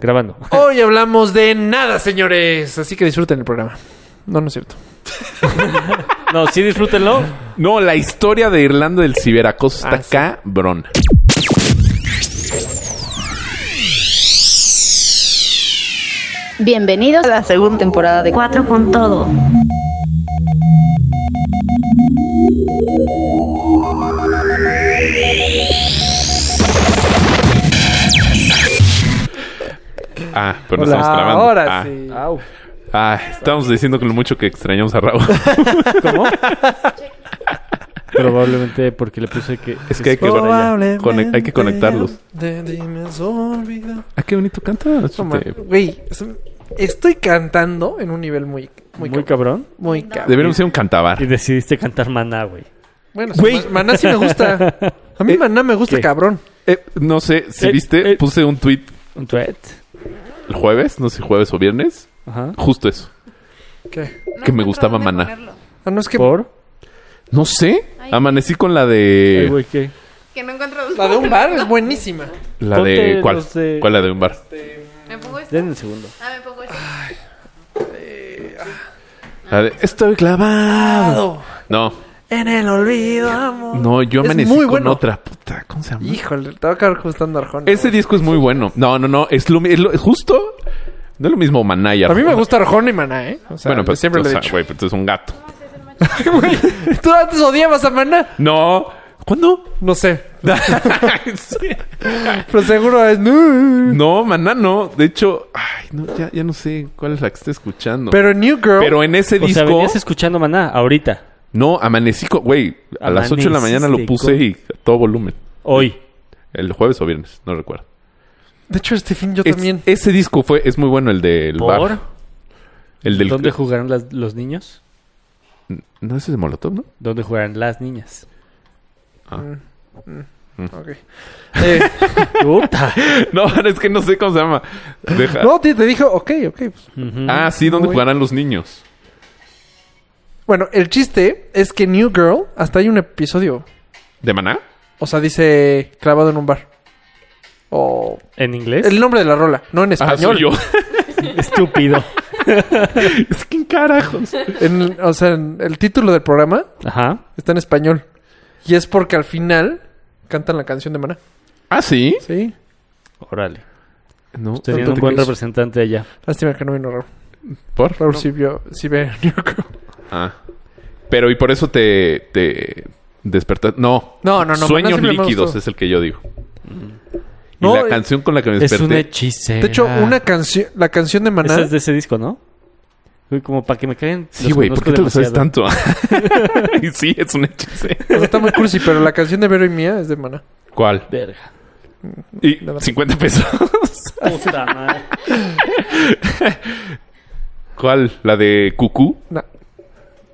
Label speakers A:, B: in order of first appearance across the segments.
A: Grabando.
B: Hoy hablamos de nada, señores. Así que disfruten el programa. No, no es cierto.
A: No, sí, disfrútenlo.
C: No, la historia de Irlanda del ciberacoso
B: Ah,
C: está
B: sí.
C: cabrón.
D: Bienvenidos a la segunda temporada de
E: Cuatro con todo.
C: Ah, pero no
B: Hola,
C: estamos grabando.
B: Ahora
C: ah,
B: sí.
C: Ah, estamos diciendo con lo mucho que extrañamos a Raúl.
A: ¿Cómo? Probablemente porque le puse que.
C: Es que hay que-
A: por allá.
B: Probablemente
C: Conec- hay que conectarlos.
B: de- de- me has olvidado.
C: ah, qué bonito canta.
B: No, man,
C: Este,
B: Güey, es un- estoy cantando en un nivel muy...
A: Muy,
B: Muy, muy cabrón.
A: cabrón.
B: Muy cabrón.
C: Deberíamos ser un
A: Y
C: cantabar.
A: decidiste cantar maná, güey.
B: Bueno, sí, Ma- Maná sí me gusta. A mí
C: Eh,
B: Maná me gusta
A: ¿qué?
B: cabrón.
C: Eh, no sé, si
A: Eh,
C: viste,
A: eh.
C: puse un tweet
A: Un tweet.
C: el jueves, no sé si jueves o viernes.
A: Ajá.
C: Justo eso.
B: ¿Qué?
C: que me gustaba Maná.
B: Ah, no es que...
A: ¿Por?
C: No sé. Amanecí con la
A: Ay,
C: de.
A: güey, ¿qué?
F: Que no encuentro los
B: La de un bar es buenísima.
C: La
A: Ponte
C: de. ¿Cuál?
A: los de-
C: ¿Cuál la de un bar?
F: ¿Me pongo esto?
A: Denme un segundo.
F: Ah, me pongo esto.
C: La de. Estoy clavado.
B: Todo
C: No,
B: En el olvido, amor.
C: no, yo
B: Es
C: amanecí
B: muy
C: con
B: bueno.
C: otra. Puta, ¿cómo se llama?
B: Híjole, te va a acabar gustando Arjona.
C: Ese
B: güey.
C: disco es muy bueno. No, no, no. Es lo, mi- es lo- justo. No es lo mismo Maná y
B: A mí me
C: Arjona.
B: gusta Arjona y Maná, ¿eh? O sea,
C: bueno, pero
B: siempre
C: o
B: lo he
C: sea,
B: dicho.
C: Güey, pero tú eres un gato.
B: ¿Tú antes odiabas a Maná?
C: No. ¿Cuándo?
B: No sé.
C: Sí.
B: Pero seguro es... No.
C: no, Maná no. De hecho, ay, no, ya, ya no sé cuál es la que estoy escuchando. Pero,
B: Pero New Girl...
C: en ese
A: O sea,
C: disco.
A: venías escuchando maná ahorita.
C: No, amanecí con. Güey, a las 8 de la mañana lo
A: Amaneciste
C: puse y a todo volumen.
A: Hoy.
C: El jueves o viernes, no recuerdo.
B: De hecho, este fin yo
C: Es-
B: también.
C: ese disco fue, es muy bueno, el del bar. El del.
A: ¿Dónde jugarán las- los niños?
C: No, ese es de Molotov, ¿no?
A: ¿Dónde jugarán las niñas?
B: Ok. Eh,
A: Puta.
C: No, es que no sé cómo se llama. Deja.
B: no, te, te dijo, ok, ok. pues.
A: Ujú.
C: Ah, sí, ¿dónde
B: Muy-
C: jugarán los niños?
B: Bueno, el chiste es que New Girl, hasta hay un episodio.
C: ¿De Maná?
B: O sea, dice clavado en un bar. O.
A: ¿En inglés?
B: El nombre de la rola, no en español.
C: Ah, yo.
A: Estúpido.
C: es que carajos.
B: En- o sea, en- el título del programa
A: Ajá.
B: está en español. Y es porque al final cantan la canción de Maná.
C: ¿Ah, sí?
B: Sí.
A: Órale.
C: No.
A: Tenían
B: Tanto
A: un buen
B: que es.
A: representante allá.
B: Lástima que no vino Raúl.
C: ¿Por?
B: Raúl sí, vio, sí ve New Girl.
C: Ah. Pero y por eso te, te despertaste. No.
B: No, no, no,
C: Sueños
B: Maná siempre me
C: líquidos
B: gustó.
C: es el que yo digo. Y
B: No,
C: la
B: eh,
C: canción con la que me
A: Es
C: desperté.
A: un hechicero.
B: De hecho, una canción, la canción de Maná.
A: Ah. Esa es de ese disco, ¿no? Uy, como para que me caigan.
C: Sí,
A: los
C: güey, ¿por
A: conozco
C: qué te lo sabes
A: demasiado.
C: tanto? Y sí, es un hechicero.
B: o sea, está muy cursi, pero la canción de Vero y Mía es de Maná.
C: ¿Cuál?
A: Verga.
C: Y
B: Nada.
C: 50 pesos.
A: Puta madre.
C: ¿Cuál? ¿La de Cucú?
B: No.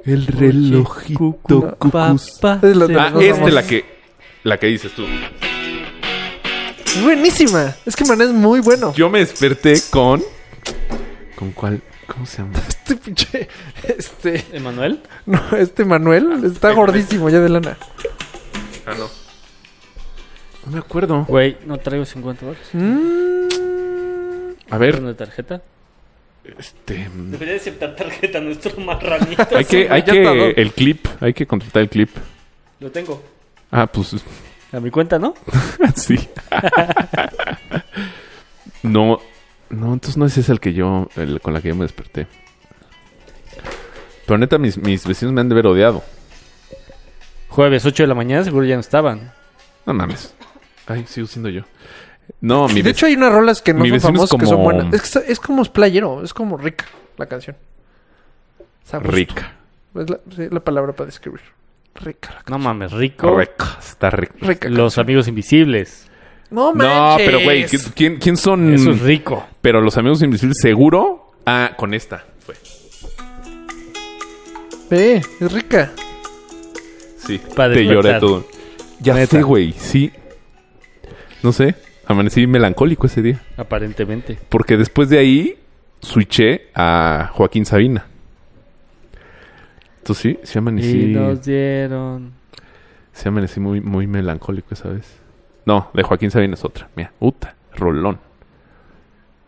C: El
A: Cucu, papá.
B: Es la
A: se
B: de-
C: Ah,
A: va.
B: Los
C: este
B: dos.
C: la que... La que dices tú.
B: Es buenísima. Es que Maná es muy bueno.
C: Yo me desperté con... ¿Con cuál? ¿Cómo se llama?
B: Este pinche. Este.
A: ¿Emanuel?
B: No, este Manuel está gordísimo ya de lana.
C: Ah, no. No me acuerdo.
A: Güey, no traigo 50 dólares.
C: A ver,
A: ¿Una tarjeta?
C: este...
A: Debería de aceptar tarjeta nuestro marranito.
C: Hay que... Hay
B: ya está, ¿no?
C: que... El clip. Hay que contratar el clip.
A: Lo tengo.
C: Ah, pues...
A: A mi cuenta, ¿no?
C: Sí. no... No, entonces no ese es el que yo... el con la que yo me desperté. Pero neta, mis, mis vecinos me han de haber odiado.
A: Jueves 8 de la mañana, seguro ya no estaban.
C: No mames. Ay, sigo siendo yo. No,
B: de
C: mi vecino...
B: hecho, hay unas rolas que no
C: mi
B: son
C: vecino es
B: famosas que son
C: como-
B: buenas. Es, que so- es como es playero, es como rica la canción. Es a gusto.
C: Rica.
B: Es la, sí, la palabra para describir. Rica. la-
A: No mames, rico.
C: Rica. Está rica.
B: Rica.
A: Los amigos invisibles.
B: No
C: No,
B: manches.
C: pero güey, ¿qui- ¿quién, quién son?
A: Eso es rico.
C: Pero los amigos invisibles, seguro. Ah, con esta. Fue.
B: Ve, es rica.
C: Sí.
A: Pa'
C: Te lloré
A: despertar.
C: todo. Ya
A: Neta.
C: sé, güey. Sí. No sé. Amanecí melancólico ese día.
A: Aparentemente.
C: Porque después de ahí switché a Joaquín Sabina. Entonces sí, sí
A: Y
C: amanecí.
A: nos dieron.
C: Sí amanecí muy, muy melancólico esa vez. No, de Joaquín Sabina es otra. Mira, puta, rolón.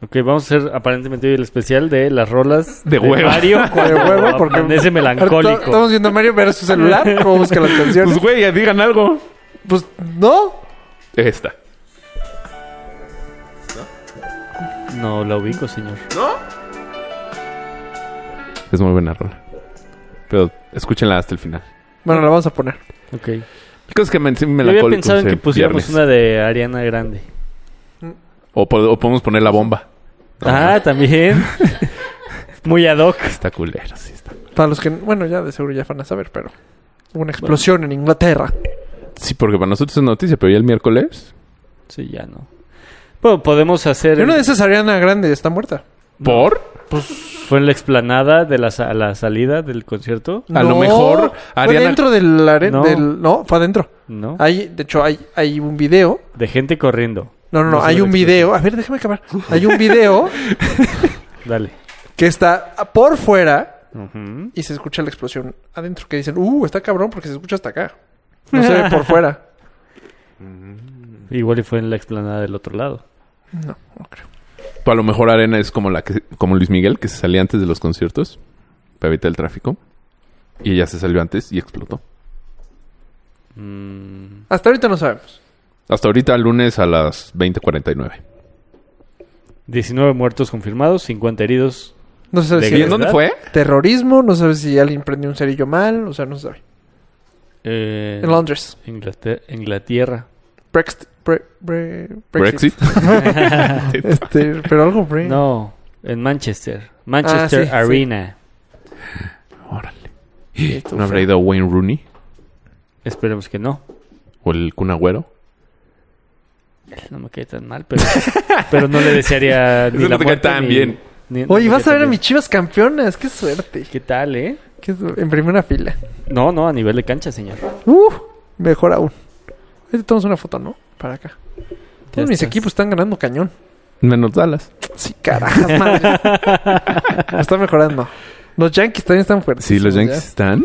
A: Ok, vamos a hacer aparentemente hoy el especial de las rolas
C: De huevo.
A: Mario
B: De
A: cuando
B: huevo, porque.
A: amanece
B: Ahorita
A: melancólico.
B: Estamos viendo a Mario ver su celular, cómo busca las
C: Pues,
B: canciones.
C: güey, ya digan algo.
B: Pues, no.
C: Esta.
A: No la ubico, señor.
C: Es muy buena rola. Pero escúchenla hasta el final.
B: Bueno, la vamos a poner.
A: Ok.
C: La cosa es que me, sí, me
A: Yo había
C: melancólicos
A: pensado en que
C: el
A: pusiéramos
C: viernes.
A: una de Ariana Grande.
C: O, po- o podemos poner la bomba.
A: Ah, también. Muy ad hoc.
C: Está culero, sí está.
B: Para los que. Bueno, ya de seguro ya van a saber, pero. hubo Una explosión en Inglaterra.
C: Sí, porque para nosotros es noticia, pero ya el miércoles.
A: Sí, ya no. Bueno, podemos hacer.
B: Y una de esas Ariana Grande está muerta.
C: ¿Por?
A: Fue en la explanada de la, sa- a la salida del concierto.
C: A lo mejor
B: Fue
C: Ariana-
B: dentro del, are-
A: No.
B: del. No, fue adentro.
A: ¿No?
B: Hay, de hecho, hay, hay un video.
A: De gente corriendo.
B: No, no, no.
A: No sé
B: hay
A: la
B: un video. A ver, déjame acabar. Hay un video
A: Dale.
B: que está por fuera
A: Ujú.
B: y se escucha la explosión adentro. Que dicen, uh, está cabrón porque se escucha hasta acá. No se ve por fuera.
A: Igual y fue en la explanada del otro lado.
B: No, no creo.
C: O pues, a lo mejor Arena es como la que, como Luis Miguel, que se salía antes de los conciertos para evitar el tráfico. Y ella se salió antes y explotó.
A: Mm,
B: Hasta ahorita no sabemos.
C: Hasta ahorita, lunes a las 20.49.
A: 19 muertos confirmados, 50 heridos.
B: No se sabe
A: ¿De
B: si
A: qué?
C: ¿Y
B: es
C: en dónde fue?
B: terrorismo, no se sabe si alguien prendió un cerillo mal, o sea, no se sabe.
A: eh,
B: En Londres.
A: Inglater- Inglaterra.
B: Brexit. Bre- bre-
C: Brexit.
B: Este, pero algo bre-
A: No, en Manchester. Manchester
B: Ah, sí, sí.
A: Arena.
C: Órale.
B: Esto
C: ¿No habrá
B: fue-
C: ido Wayne Rooney?
A: Esperemos que no.
C: ¿O el Kun Agüero?
A: No me cae tan mal, pero, pero no le desearía ni
C: Eso
A: la
C: no te cae
A: muerte
C: tan
A: ni-
C: bien.
A: ni- no
B: Oye,
A: me
B: vas a
A: cae
B: ver a
A: tan
B: mis
A: bien.
B: chivas campeonas. Qué suerte.
A: ¿Qué tal, eh?
B: Qué su- en primera fila.
A: No, no, a nivel de cancha, señor.
B: Uh, mejor aún. Ahí te tomamos una foto, ¿no? Para acá.
A: Ya
B: Todos mis
A: estás.
B: equipos están ganando cañón.
C: Menos Dallas.
B: Sí, carajo, madre. Está mejorando. Los Yankees también están fuertes.
C: Sí, los Yankees están...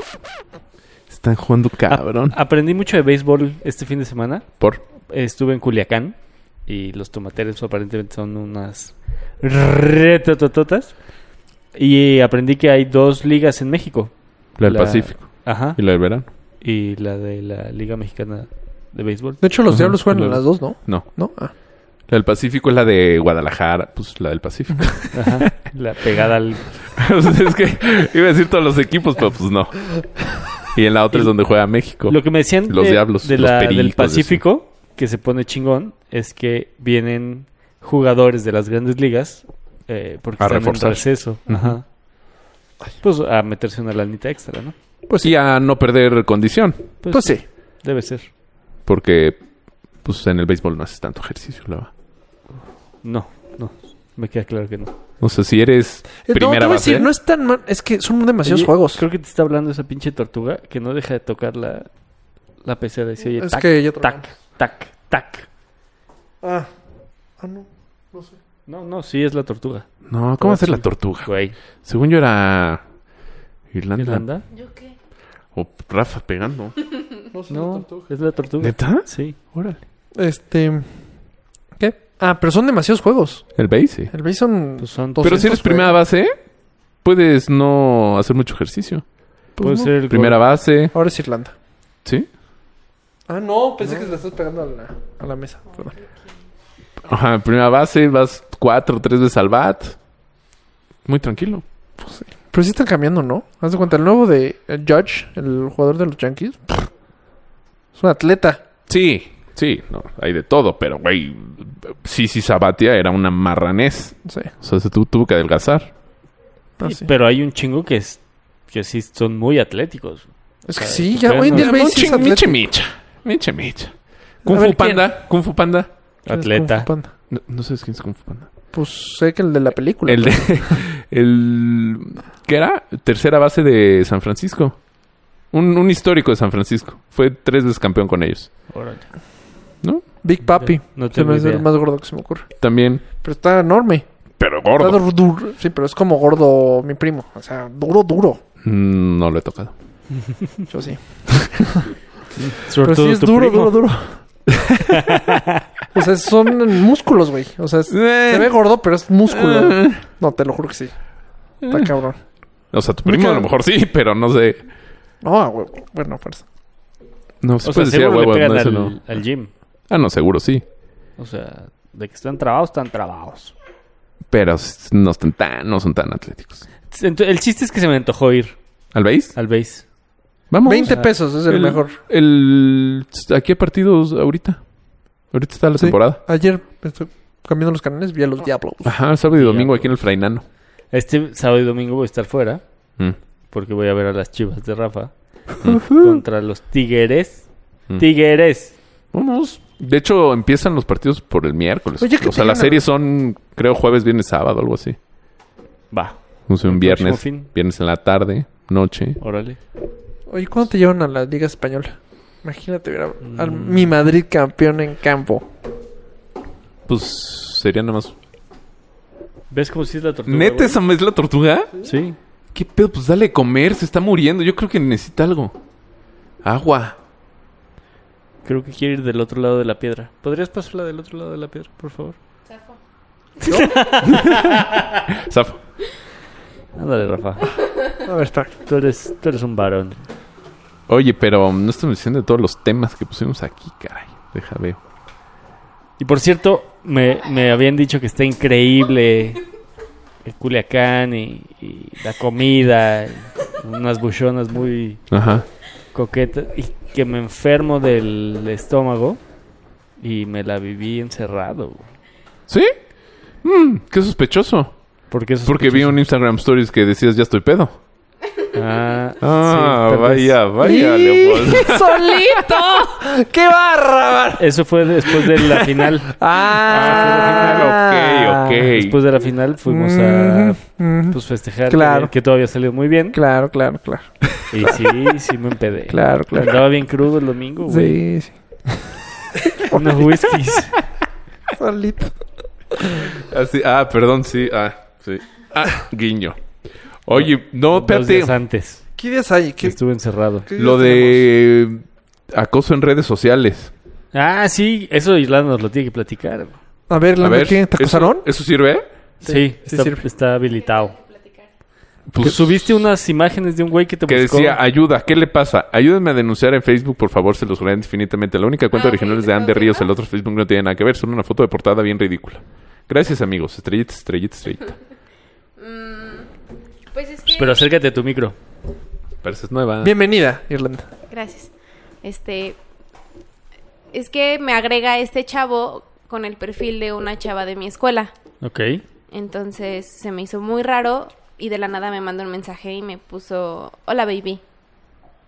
C: Están jugando cabrón.
A: A- aprendí mucho de béisbol este fin de semana.
C: Por...
A: Estuve en Culiacán y los tomateros aparentemente son unas retotototas. Y aprendí que hay dos ligas en México.
C: La del
A: La-
C: Pacífico.
A: Ajá.
C: Y la del verano.
A: Y la de la Liga Mexicana de Béisbol.
B: De hecho, los
C: Ajá,
B: Diablos juegan en
C: los-
B: las dos, ¿no?
C: No.
B: ¿No? Ah.
C: La del Pacífico es la de Guadalajara. Pues la del Pacífico.
A: Ajá. La pegada al...
C: Pues es que iba a decir todos los equipos, pero pues no. Y en la otra es donde juega México.
A: Lo que me decían
C: Los
A: de-
C: diablos,
A: de
C: los
A: la-
C: pericos,
A: del
C: eso.
A: Pacífico, que se pone chingón, es que vienen jugadores de las grandes ligas eh, porque
C: A
A: están
C: reforzar.
A: en receso. Ajá. Pues a meterse una lanita extra, ¿no?
C: Pues sí, a no perder condición.
A: Pues,
B: Pues sí.
A: Debe ser.
C: Porque pues en el béisbol no haces tanto ejercicio, la verdad.
A: No, no. Me queda claro que no.
C: O sea, si eres
B: Eh, no, te
C: primera
B: voy a
C: base...
B: decir, no es tan mal. Es que son demasiados
A: Oye,
B: juegos.
A: Creo que te está hablando esa pinche tortuga que no deja de tocar la, la pecera. Dice, oye,
B: Es
A: tac,
B: que ya
A: tac, tac, tac.
B: Ah. Ah, no.
A: No, no, sí es la tortuga.
C: No, ¿cómo hacer la tortuga?
A: Güey.
C: Según yo era... Irlanda.
A: ¿Irlanda?
F: ¿Yo qué?
C: O Rafa pegando.
A: No, es la tortuga.
C: ¿Neta?
A: Sí.
C: Órale.
B: Este. ¿Qué? Ah, pero son demasiados juegos.
C: El base.
B: El Bay son.
A: Pues son-
C: Pero si eres
B: 200
C: primera
B: juegos.
C: base, puedes no hacer mucho ejercicio.
A: Puede
B: no.
A: ser el
C: Primera base,
B: Ahora es Irlanda.
C: ¿sí?
B: Ah, no, pensé que se la estás pegando a la, a la mesa. Perdón.
C: Ajá, primera base, vas cuatro, tres veces al bat. Muy tranquilo.
B: Pero sí están cambiando, ¿no? Haz de cuenta, el nuevo de eh, Judge, el jugador de los Yankees, es un atleta.
C: Sí, sí, no, hay de todo, pero güey, sí, sí, Sabatia era una marranés.
B: Sí.
C: O sea, se tu- tuvo que adelgazar.
B: Ah,
A: gol.
B: sí.
A: Pero hay un chingo que, es, que sí son muy atléticos.
B: Es
A: o
B: que
A: sea,
B: sí,
A: tú
B: ya
A: pegas
B: hoy en
A: un
B: día el béis sí es
C: Miche, miche,
B: atleta.
C: micha. Miche, micha. Kung
B: A
C: Fu
B: ver, ¿quién?
C: Panda. Kung Fu Panda.
B: ¿Quién es
A: Atleta.
B: Kung Fu Panda?
C: No, no sabes quién es Kung Fu Panda.
B: Pues sé que el de la película.
C: El de. El. ¿Qué era? Tercera base de San Francisco. Un, un histórico de San Francisco. Fue tres veces campeón con ellos.
A: Órale.
C: ¿No?
B: Big Papi.
A: No
B: Se
A: tengo
B: me hace el
A: idea.
B: más gordo que se me ocurre.
C: También.
B: Pero está enorme.
C: Pero
B: Está
C: gordo.
B: dur- dur- Sí, pero es como gordo mi primo. O sea, duro, duro.
C: Mm, No lo he tocado.
B: Yo sí.
A: Sobre
B: Pero sí
A: todo
B: es
A: tu
B: duro,
A: primo.
B: duro, duro. O sea, son músculos, güey. O sea, es-
C: Eh,
B: se ve gordo, pero es músculo. No, te lo juro que sí. Está cabrón.
C: O sea, tu
B: Me
C: primo a
B: quedo-
C: lo mejor sí, pero no sé.
B: No, a huevo. Bueno, fuerza.
C: No,
A: O
C: se
A: sea,
C: puede decir a
A: seguro le
C: Pues huevo,
A: pegan
C: no, eso
A: al,
C: no.
A: al gym.
C: Ah, no, seguro sí.
A: O sea, de que están trabados, están trabados.
C: Pero s- no están tan, no son tan atléticos.
A: Ento- El chiste es que se me antojó ir
C: ¿Al veis?
A: al base.
C: Vamos.
B: 20 pesos es el, mejor.
C: El, aquí hay partidos ahorita. Ahorita está la
B: Sí.
C: temporada.
B: Ayer estoy cambiando los canales vi a los Diablos.
C: Ajá, sábado y
A: Sí,
C: domingo
A: ya.
C: aquí en el Frainano.
A: Este sábado y domingo voy a estar fuera
C: Mm.
A: porque voy a ver a las chivas de Rafa eh, contra los tigres.
C: Mm.
A: Tigres.
C: Vamos. De hecho, empiezan los partidos por el miércoles.
B: Oye, ¿qué
C: o sea,
B: te
C: las
B: gana?
C: series son, creo, jueves, viernes, sábado, algo así.
A: Va,
C: No sé, un
A: El
C: viernes.
A: próximo fin.
C: Viernes en la tarde, noche.
A: órale.
B: Oye, ¿cuándo te llevan a la Liga Española? Imagínate ver a, al- mi Madrid campeón en campo.
C: Pues sería nada más.
A: ¿Ves cómo si es la tortuga?
C: ¿Neta
A: güey?
C: esa es la tortuga?
A: Sí.
C: ¿Qué pedo? Pues dale de comer, se está muriendo. Yo creo que necesita algo. Agua.
A: Creo que quiere ir del otro lado de la piedra. ¿Podrías pasarla del otro lado de la piedra, por favor?
F: Zafo.
C: Zafo.
A: Ándale, Rafa.
B: A ver, está.
A: Tú eres, tú eres un varón.
C: Oye, pero no estamos diciendo de todos los temas que pusimos aquí, caray. Deja veo.
A: Y por cierto, me, me habían dicho que está increíble el Culiacán y, y la comida, y unas buchonas muy
C: Ajá.
A: coquetas, y que me enfermo del estómago y me la viví encerrado. güey.
C: ¿Sí? Mm, qué sospechoso.
A: Porque eso es
C: Porque vi
A: sospechoso.
C: un Instagram Stories que decías, ya estoy pedo.
A: Ah,
C: Ah,
A: sí, tal vez.
C: vaya, vaya,
B: ¡Y-
C: Leopoldo.
B: ¡Solito! ¡Qué bárbaro!
A: Eso fue después de la final.
C: Ah, ok, ok.
A: Después de la final fuimos a
B: Mm, mm.
A: pues, festejar
B: Claro.
A: que, que todo había salido muy bien.
B: Claro, claro, claro.
A: Y sí, sí me empedé.
B: Claro, claro.
A: Andaba bien crudo el domingo, güey.
B: Sí, sí.
A: Unos whiskies.
B: Solito.
C: Ah, sí, ah, perdón, sí. Ah, sí. Ah, guiño. Oye, no,
A: Dos días
C: espérate.
A: antes.
B: ¿Qué días hay?
A: que
B: ¿Qué,
A: Estuve encerrado.
B: qué
C: Lo
B: días tenemos?
C: de acoso en redes sociales.
A: Ah, sí. Eso Irlanda nos lo tiene que platicar. güey.
B: A ver,
C: A
B: ¿la
C: ver,
B: ver, ¿Te
C: ¿eso,
B: acusaron?
C: ¿eso sirve?
A: Sí,
B: Sí, sí
A: está,
B: sirve.
A: está habilitado.
C: Pues,
A: Que subiste unas imágenes de un güey que te
C: que
A: buscó.
C: decía, ayuda, ¿qué le pasa? Ayúdenme a denunciar en Facebook, por favor, se los agradezco infinitamente. La única cuenta
F: Ah, ok,
C: original es
F: ¿te
C: de
F: estás
C: Ander Ríos, el
F: viendo?
C: otro Facebook no tiene nada que ver, solo una foto de portada bien ridícula. Gracias, amigos. Estrellita, estrellita, estrellita.
F: Mm, pues es que...
A: Pero acércate a tu micro.
C: Pareces nueva.
B: Bienvenida, Irlanda.
F: Gracias. Este... Es que me agrega este chavo con el perfil de una chava de mi escuela.
A: Ok.
F: Entonces se me hizo muy raro y de la nada me mandó un mensaje y me puso, hola baby.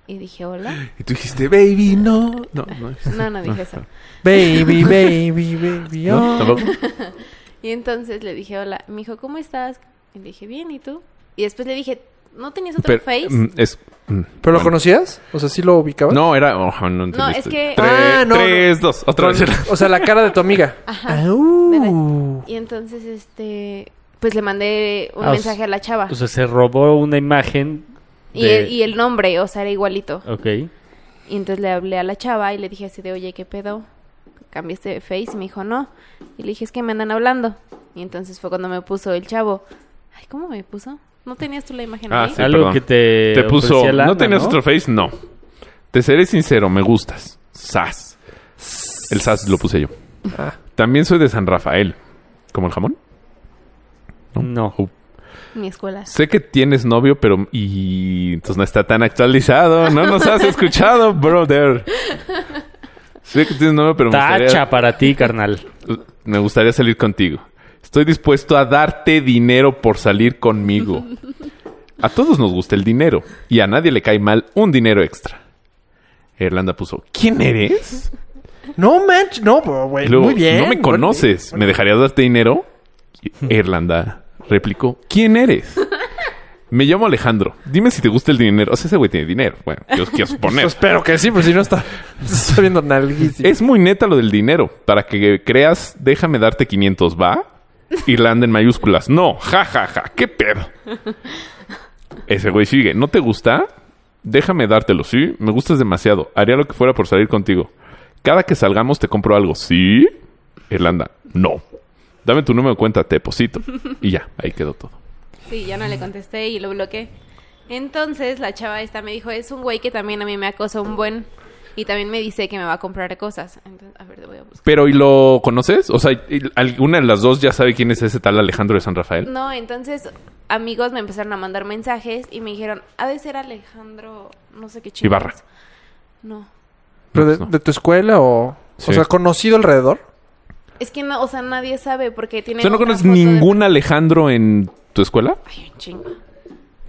F: Y dije, hola.
C: Y tú dijiste, baby, no. No, no.
F: No, no dije eso.
B: Baby, baby, baby.
C: ¿No?
B: oh.
C: ¿Tampoco?
F: Y entonces le dije, hola. Me dijo, ¿cómo estás? Y le dije, bien, ¿y tú? Y después le dije, ¿no tenías otro
C: Pero,
F: face?
C: mm, es, mm,
B: ¿Pero lo
C: bueno.
B: conocías? O sea, ¿sí lo ubicabas?
C: No, era... ojo, no, entendiste.
F: es que-
C: Tre-
B: Ah, no,
C: Tres, dos. Otra
B: Con-
C: vez.
B: o sea, la cara de tu amiga.
F: Ajá.
B: Ah, uh.
F: Y entonces, este, pues le mandé un
A: Ah, o
F: mensaje a la chava.
A: O sea, se robó una imagen.
F: y,
A: de-
F: el, y el nombre, o sea, era igualito.
A: Ok.
F: Y entonces le hablé a la chava y le dije así de, oye, ¿qué pedo? ¿Cambiaste de face? Y me dijo, no. Y le dije, es que me andan hablando. Y entonces fue cuando me puso el chavo. Ay, ¿cómo me puso? ¿No tenías tú la imagen
C: Ah,
F: ahí?
C: Sí,
A: Algo
C: perdón.
A: que te.
C: Te puso...
A: Eh, ofrecía lana,
C: ¿No tenías otro face? No. Te seré sincero, me gustas. Sas. El sas lo puse yo.
B: Ah.
C: También soy de San Rafael. ¿Como el jamón?
A: No.
C: Oh.
F: Mi escuela.
C: Sé que tienes novio, pero... Y... Entonces no está tan actualizado. No nos has escuchado, brother. Sé que tienes novio, pero me gustaría...
A: Tacha para ti, carnal.
C: Me gustaría salir contigo. Estoy dispuesto a darte dinero por salir conmigo. A todos nos gusta el dinero y a nadie le cae mal un dinero extra. Irlanda puso, ¿quién eres?
B: No manches. No, pero,
C: Y
B: güey.
C: luego,
B: Muy bien.
C: no me conoces. ¿Me dejarías darte dinero? Y Irlanda replicó, ¿quién eres? Me llamo Alejandro. Dime si te gusta el dinero. O sea, ese güey tiene dinero. Bueno, yo quiero
B: Pues
C: suponer.
B: espero que sí, pero si no está. Está viendo nalguísimo.
C: Es muy neta lo del dinero. Para que creas, déjame darte 500, ¿va? Irlanda en mayúsculas. No, ja, ja, ja. ¿Qué pedo? Ese güey sigue. ¿No te gusta? Déjame dártelo, ¿sí? Me gustas demasiado. Haría lo que fuera por salir contigo. Cada que salgamos te compro algo, ¿sí? Irlanda, no. Dame tu número de cuenta, te deposito. Y ya, ahí quedó todo.
F: Sí, ya no le contesté y lo bloqueé. Entonces la chava esta me dijo, es un güey que también a mí me acosa un buen y también me dice que me va a comprar cosas. Entonces, a ver, te voy a buscar.
C: Pero, ¿y lo conoces? O sea, ¿y- ¿alguna de las dos ya sabe quién es ese tal Alejandro de San Rafael?
F: No, entonces amigos me empezaron a mandar mensajes y me dijeron, ha de ser Alejandro, no sé qué chingados.
C: Ibarra.
F: No.
B: ¿Pero
C: No,
B: de,
C: pues no.
B: de tu escuela o...?
C: Sí.
B: O sea, ¿conocido alrededor?
F: Es que no, o sea, nadie sabe porque tiene...
C: O sea, ¿no
F: otra
C: conoces
F: foto de-
C: ningún Alejandro en tu escuela?
F: Ay, un chingo.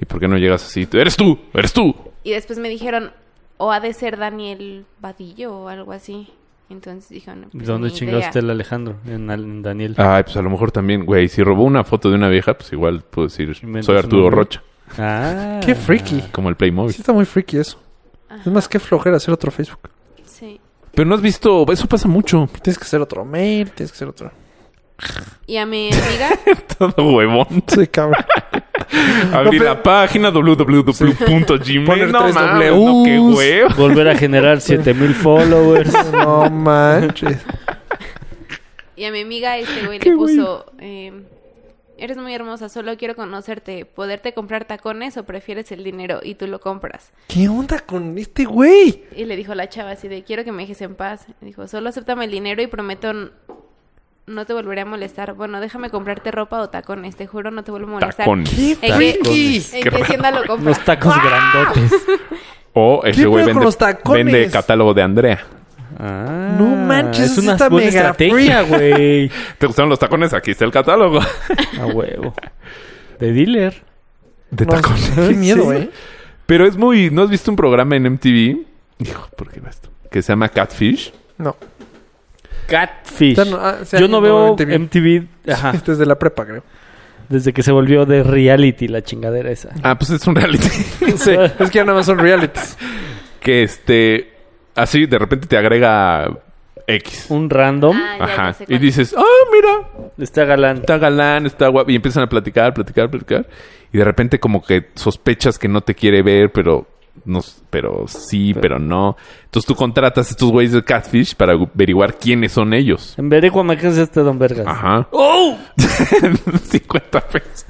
C: ¿Y por qué no llegas así? Tú- ¡Eres tú! ¡Eres tú!
F: Y después me dijeron, o ha de ser Daniel Vadillo o algo así. Entonces dijo, no, pues
A: ¿Dónde
F: ni
A: chingados
F: idea.
A: está el Alejandro? En, Al- en Daniel.
C: Ay, pues a lo mejor también, güey. Si robó una foto de una vieja, pues igual puedo decir,
A: Inventas
C: soy
A: un
C: Arturo
A: nombre.
C: Rocha.
A: Ah.
B: Qué freaky.
C: Como el Playmobil.
B: Sí está muy freaky eso.
F: Ajá,
B: Es más, qué flojera hacer otro Facebook.
F: sí.
C: Pero no has visto... Eso pasa mucho.
B: Tienes que hacer otro mail, tienes que hacer otro...
F: Y a mi amiga,
C: Todo huevón.
B: Sí, cabrón.
C: Abrir
B: No,
C: la página www.gmail.
B: Poner
C: no,
B: tres
C: mames,
B: Ws.
C: no, qué huevo.
A: Volver a generar 7000 followers.
B: No manches.
F: y a mi amiga este güey
B: Qué
F: le puso, eh, eres muy hermosa, solo quiero conocerte, poderte comprar tacones o prefieres el dinero y tú lo compras.
B: ¿Qué onda con este güey?
F: Y le dijo la chava así de, quiero que me dejes en paz. Y dijo, solo acéptame el dinero y prometo n- no te volveré a molestar. Bueno, déjame comprarte ropa o tacones, te juro no te vuelvo a molestar.
C: Tacones.
B: ¡Qué
F: qué-
B: freaky!
F: ¿En qué tienda lo compras?
A: Unos tacos grandotes.
C: O ese
B: ¿Qué
C: güey
B: pedo
C: vende,
B: con los tacones?
C: vende catálogo de Andrea.
A: Ah,
B: No manches,
A: es
B: eso sí
A: una
B: está
A: buena
B: mega
A: estrategia, güey.
C: ¿Te gustaron los tacones? Aquí está el catálogo.
A: A huevo. De dealer.
C: De
B: No,
C: tacones.
B: Qué miedo, ¿eh?
C: Pero es muy... ¿No has visto un programa en MTV? Hijo, ¿por qué va esto? Que se llama Catfish.
B: No.
A: Catfish.
B: Ya no- ah, sí,
A: Yo no veo
B: MTV.
A: MTV.
C: Ah.
A: Ajá.
B: Desde este la prepa, creo.
A: Desde que se volvió de reality la chingadera esa.
C: Ah, pues es un reality.
B: Sí, es que ya nada más son realities.
C: que este... Así de repente te agrega X.
A: Un random.
F: Ah, ya, ya
C: Ajá.
F: sé
C: Y
F: cuál.
C: dices, ah, mira,
A: Está galán.
C: está galán, está guapo. Y empiezan a platicar, platicar, platicar. Y de repente como que sospechas que no te quiere ver, pero no, s- pero sí, pero, no. Entonces tú contratas a estos güeyes de Catfish para gu- averiguar quiénes son ellos.
A: En Verecuama, ¿qué es este Don Vergas?
C: Ajá.
A: ¡Oh!
C: 50 pesos.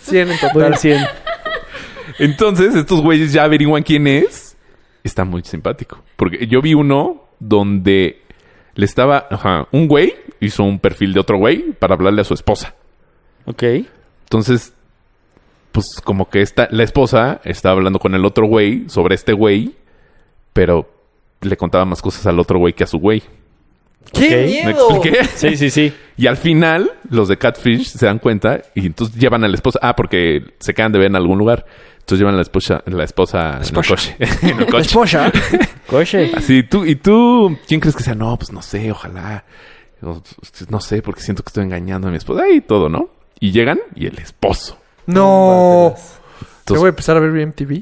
B: 100 en
A: Voy
B: total.
A: al 100.
C: Entonces estos güeyes ya averiguan quién es. Está muy simpático. Porque yo vi uno donde le estaba... Ajá. Un güey hizo un perfil de otro güey para hablarle a su esposa.
A: Ok.
C: Entonces, pues como que esta, la esposa estaba hablando con el otro güey sobre este güey, pero le contaba más cosas al otro güey que a su güey.
B: ¡Qué
A: Ok.
C: ¿Me
B: miedo!
C: expliqué?
A: Sí, sí, sí.
C: Y al final, los de Catfish se dan cuenta y entonces llevan a la esposa. Ah, porque se quedan de ver en algún lugar. Entonces llevan a la esposa, la esposa en el
B: Esposa.
C: coche. en el
B: La
C: coche.
B: esposa.
A: Coche.
C: Así, tú, ¿y tú quién crees que sea? No, pues no sé, ojalá. No, no sé, porque siento que estoy engañando a mi esposa y todo, ¿no? Y llegan y el esposo.
B: No. Te
C: Entonces,
B: voy a empezar a ver MTV.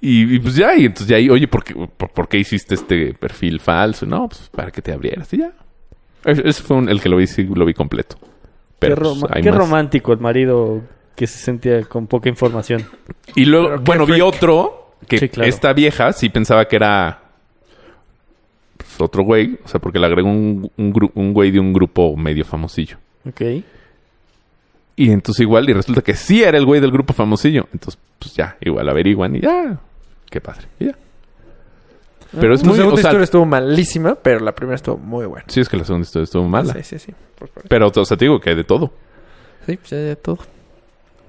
C: Y, y pues ya, y entonces ya ahí, oye, ¿por qué, por, por qué hiciste este perfil falso? No, pues para que te abrieras y ya. Es- Ese fue un- el que lo vi, sí, lo vi completo. Pero
A: qué
C: pues,
A: roma-
C: hay
A: qué
C: más.
A: romántico el marido que se sentía con poca información.
C: Y luego,
B: Pero qué
C: bueno, vi
B: freak.
C: otro que
A: Sí, claro.
C: esta vieja sí pensaba que era pues, otro güey, o sea, porque le agregó un, un, gru- un güey de un grupo medio famosillo.
A: Ok.
C: Y entonces igual, y resulta que sí era el güey del grupo famosillo. Entonces, pues ya, igual averiguan y ya. Qué padre. y ya. Pero es
B: Tu
C: muy...
B: segunda
C: O sea,
B: historia estuvo malísima, pero la primera estuvo muy buena.
C: sí, es que la segunda historia estuvo mala.
B: Ah, Sí, sí, sí. Por- por-
C: Pero, o sea, te digo que hay de todo.
B: Sí, pues ya de todo.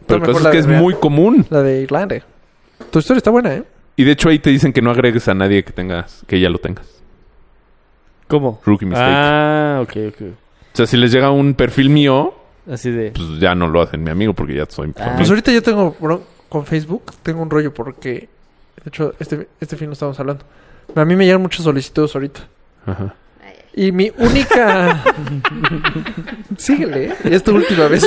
C: Pero el
B: mejor
C: caso es
B: la
C: que
B: de
C: es
B: Real.
C: muy común.
B: La de Irlanda. Tu historia está buena, ¿eh?
C: Y de hecho ahí te dicen que no agregues a nadie que tengas, que ya lo tengas.
A: ¿Cómo?
C: Rookie mistake.
A: Ah, ok, ok.
C: O sea, si les llega un perfil mío,
A: Así de.
C: pues ya no lo hacen mi amigo porque ya soy
A: Ah.
B: Pues
C: famoso.
B: ahorita yo tengo bron- con Facebook, tengo un rollo porque, de hecho, este, este fin lo estábamos hablando. A mí me llegan muchas solicitudes ahorita.
C: Ajá.
B: Y mi única... Síguele, ¿eh? es tu última vez.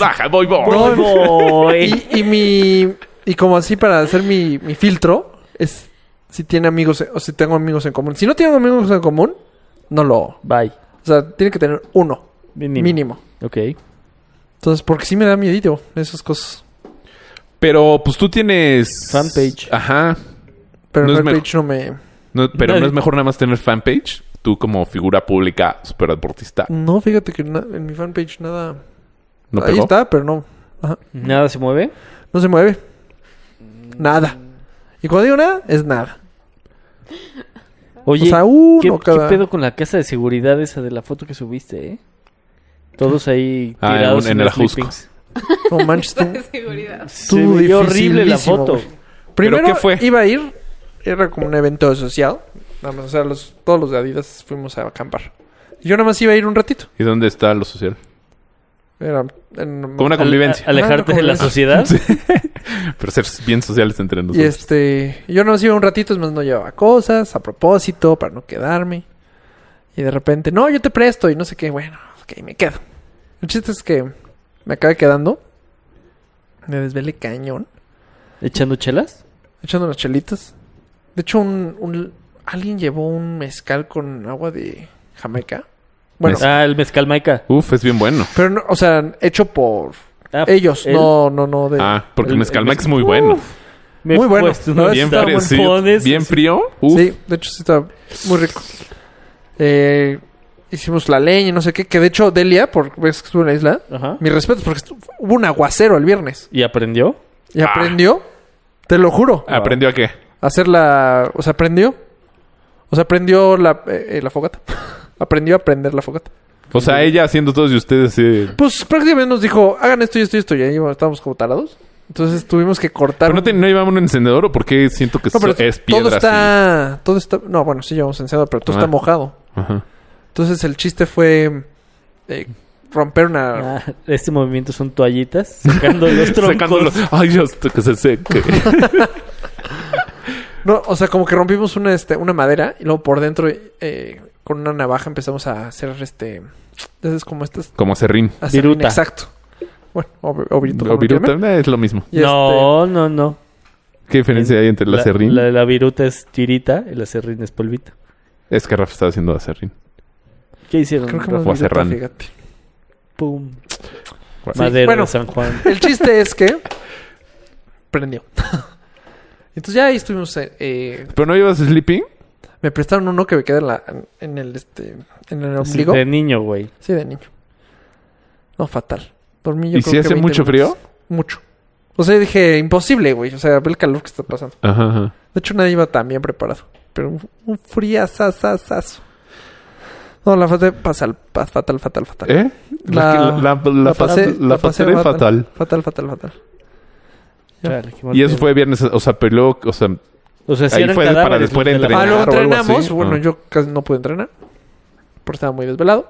C: Baja, voy, voy.
B: No,
C: eh".
A: Voy.
B: y, y mi... Y como así para hacer mi, mi filtro es si tiene amigos o si tengo amigos en común. Si no tengo amigos en común, no lo... O
A: Bye.
B: sea, tiene que tener uno,
A: Mínimo.
B: mínimo.
A: Ok.
B: Entonces, porque sí me da miedito esas cosas.
C: Pero pues tú tienes...
A: Fanpage.
C: Ajá.
B: Pero
C: No es
B: fanpage no me...
C: No, pero no
A: Nadie-
C: es mejor nada más tener fanpage. Tú como figura pública super deportista.
B: No, fíjate que na- en mi fanpage nada...
C: No
B: Mm, Ahí
C: pegó.
B: está, pero no. Ajá.
A: Nada se mueve.
B: No se mueve. Nada. Y cuando digo nada, es nada.
A: Oye,
B: o sea, uno
A: ¿qué, qué
B: cada...
A: pedo con la casa de seguridad esa de la foto que subiste, eh? Todos ahí
C: Ah, en
A: tirados
C: un-
A: en,
C: en el
A: las
C: ajusco.
A: sleepings.
B: No manches tú.
F: De seguridad.
A: Se veía horrible la
B: dificilísimo,
A: foto.
B: güey. Primero
C: qué fue?
B: iba a ir, era como un evento social. Nada más, o sea, los, todos los de Adidas fuimos a acampar. Yo nada más iba a ir un ratito.
C: ¿Y dónde está lo social?
B: Era en-
C: Como una convivencia.
A: Al- a- alejarte
B: Ah, no,
A: de la
B: como-
A: sociedad.
C: Pero ser bien sociales entre
B: Y
C: nosotros.
B: este, yo nada más iba un ratito, es más, no llevaba cosas a propósito para no quedarme. Y de repente, no, yo te presto y no sé qué, bueno, ok, me quedo. El chiste es que me acabé quedando. Me desvelé cañón.
A: ¿Echando chelas?
B: echando unas chelitas. De hecho, un, un- alguien llevó un mezcal con agua de Jamaica. Bueno,
A: Ah, el mezcal maica.
C: Uf, es bien bueno.
B: pero no, o sea, hecho por
A: Ah,
B: ellos,
A: el-
B: no, no, no de.
C: Ah, porque
A: el-
C: el
A: el
C: mezcal Max
A: mezcal-
C: es muy bueno.
A: Me
B: Muy
A: he
B: bueno.
A: puesto
B: La
A: unos
B: verdad
C: Bien
B: está
A: tampones.
C: frío. Bien frío. Uf.
B: Sí, de hecho sí está muy rico. Eh, hicimos la leña, y no sé qué, que de hecho Delia, por ves que estuvo en la isla,
A: Ajá.
B: mis respetos porque estu- hubo un aguacero el viernes
A: ¿Y aprendió?
B: y
C: Ah.
B: aprendió, te lo juro,
C: ¿Aprendió a qué?
B: a hacer la, o sea, aprendió, o sea, aprendió la, eh, eh, la fogata, aprendió a prender la fogata.
C: O sea, ella haciendo todos y ustedes. eh,
B: Pues prácticamente nos dijo, hagan esto y esto y esto. Y ahí estábamos como tarados. Entonces tuvimos que cortar.
C: ¿Pero no, te- no llevamos un encendedor o por qué siento que
B: No, pero
C: so- es
B: todo
C: piedra así?
B: está, todo está... No, bueno, sí llevamos encendedor, pero todo
C: Ah.
B: está mojado.
C: Ajá.
B: Entonces el chiste fue eh, romper una...
A: Ah, este movimiento son toallitas sacando los troncos.
C: Sacándolo. Ay, ya hasta que se seque.
B: No, o sea, como que rompimos una, este, una madera y luego por dentro eh, con una navaja empezamos a hacer este... Entonces como estas...
C: Como serrín.
B: a hacer
A: Viruta.
B: Exacto. Bueno, o, o viruta, como
C: O
B: lo
C: viruta,
B: llamen.
C: eh, es lo mismo.
B: Y este,
A: No, no, no.
C: ¿Qué diferencia hay entre la, serrín?
A: La, la viruta es tirita y la serrín es polvito.
C: Es que Rafa estaba haciendo la serrín.
A: ¿Qué hicieron?
B: Creo que más
C: Rafa
B: viruta,
C: Serrano.
B: fíjate.
A: Pum.
C: Sí,
A: Madera
B: bueno.
A: de San Juan.
B: El chiste es que prendió. Entonces ya ahí estuvimos. eh, eh,
C: ¿Pero no llevas sleeping?
B: me prestaron uno que me queda en, la- en el este, en el
A: Sí,
B: ombligo.
A: de niño, güey.
B: Sí, de niño. No, fatal. Dormí yo
C: ¿Y
B: creo
C: si
B: que
C: hace
B: 20
C: mucho
B: minutos.
C: frío?
B: Mucho. O sea, yo dije, imposible, güey. O sea, ve el calor que está pasando.
C: Ajá, ajá.
B: De hecho, nadie iba tan bien preparado. Pero un, un friazazazazo. No, la pasé fatal, pa- fatal, fatal, fatal.
C: ¿Eh? La,
B: La-
C: la, la, la
B: pasé-
C: fas- la
B: pasé
C: pasaré fatal.
B: Fatal, fatal, fatal. Ya.
A: Chale, qué mal
C: Y eso
A: pedo.
C: fue viernes, o sea, pero luego, o sea,
A: O sea, sí
C: ahí
A: eran
C: fue para
A: cadáveres
C: después
A: los de la-
C: entrenar.
B: Ah, luego
C: o algo
B: entrenamos.
C: así.
B: Bueno,
C: Ah.
B: yo casi no pude entrenar. Porque estaba muy desvelado.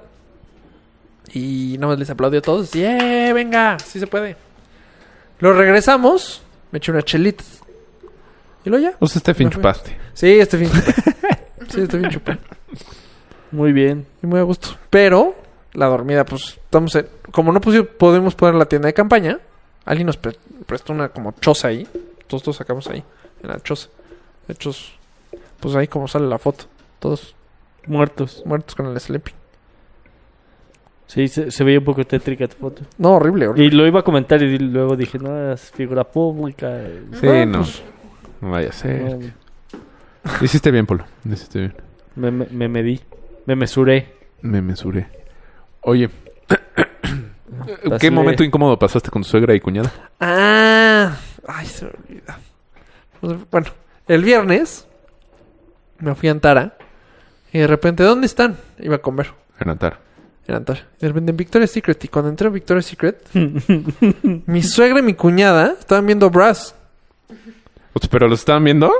B: Y nada más les aplaudí a todos. ¡Yeah! ¡Venga! ¡Sí se puede! Luego regresamos. Me eché unas chelitas. ¿Y luego ya?
C: o sea, este fin
B: Me fui.
C: chupaste.
B: Sí, este fin chupé. sí, este fin chupé.
A: Muy bien.
B: Y muy a gusto. Pero la dormida, pues, estamos en- Como no pusi- podemos poner la tienda de campaña, alguien nos pre- prestó una como choza ahí. Todos, todos sacamos ahí, en la choza. De hecho, pues ahí como sale la foto. Todos
A: Muertos.
B: muertos con el sleeping.
A: Sí, se, se veía un poco tétrica tu foto.
B: No, horrible, horrible.
A: Y lo iba a comentar y luego dije, no, es figura pública. eh,
C: Sí,
B: Ah,
C: no.
B: pues.
C: No vaya a ser.
A: no,
C: Hiciste bien, Polo. Hiciste bien.
A: me, me- me medí. Me mesuré.
C: Me mesuré. Oye. ¿Qué
A: Pasé-
C: momento incómodo pasaste con tu suegra y cuñada?
B: Ah, ay, se me olvida. Pues, Bueno, el viernes me fui a Antara y de repente, ¿dónde están? Iba a comer
C: En Antara.
B: en Antara. Y de repente en Victoria's Secret. Y cuando entré en Victoria's Secret, mi suegra y mi cuñada estaban viendo Brass.
C: O sea, ¿Pero los estaban viendo?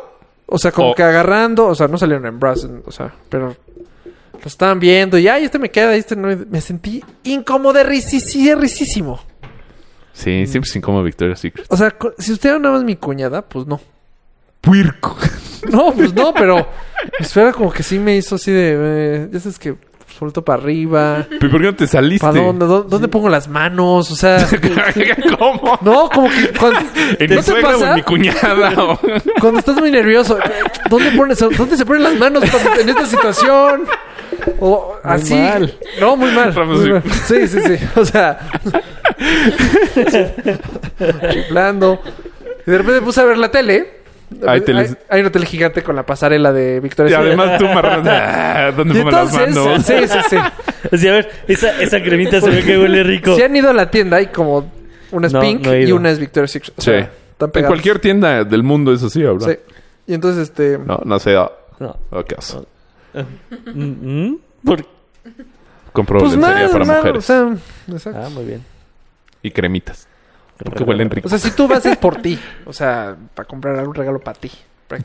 B: O sea, como
C: Oh.
B: que agarrando, o sea, no salieron en Brass, en- o sea, pero lo estaban viendo y ay, este me queda, este no. Me sentí incómodo, risísimo. Mm.
C: Sí, siempre es incómodo Victoria's Secret.
B: O sea, co- si usted era nada más mi cuñada, pues no.
C: ¡Puerco!
B: No, pues no, pero espera como que sí me hizo así de, eh, ya sabes que suelto para arriba,
C: ¿Pero por qué no te saliste?
B: para dónde, dónde, dónde pongo las manos, o sea,
C: ¿Cómo?
B: no, como que cuando, ¿no
C: ¿En mi
B: te
C: suegra o
B: pasa?
C: en mi cuñada? o-
B: Cuando estás muy nervioso, ¿dónde pones, dónde se ponen las manos cuando- en esta situación? O así,
A: mal.
B: no, muy mal,
C: Rafa,
B: muy
C: sí.
B: mal. sí, sí, sí, o sea, chiflando. Y de repente me puse a ver la tele
C: Ahí te les-
B: Hay, hay un hotel gigante con la pasarela de
C: Y
B: Victoria.
C: además tú, marrón. ah, ¿Dónde
B: Y
C: me las
B: entonces,
C: mando?
B: sí, sí, sí.
A: Así, a ver, esa, esa cremita se ve que huele rico.
B: Si han ido a la tienda, hay como una es
A: No,
B: Pink
A: no he
B: y
A: ido.
B: una es Victoria's Secret. O
C: Sí.
B: sea, están
C: En
B: pegadas.
C: cualquier tienda del mundo, eso sí, ¿verdad?
B: Sí. Y entonces, este.
C: No, no sé. ah,
A: No.
C: ah, qué oso.
A: Mm, mm, ¿por-
C: Con
B: Pues
C: problemas
B: nada,
C: para
B: hermano.
C: mujeres.
B: O sea, exacto.
A: Ah, muy bien.
C: Y cremitas. Porque huelen rico.
B: O sea, si tú vas es por ti. O sea, para comprar algún regalo para ti.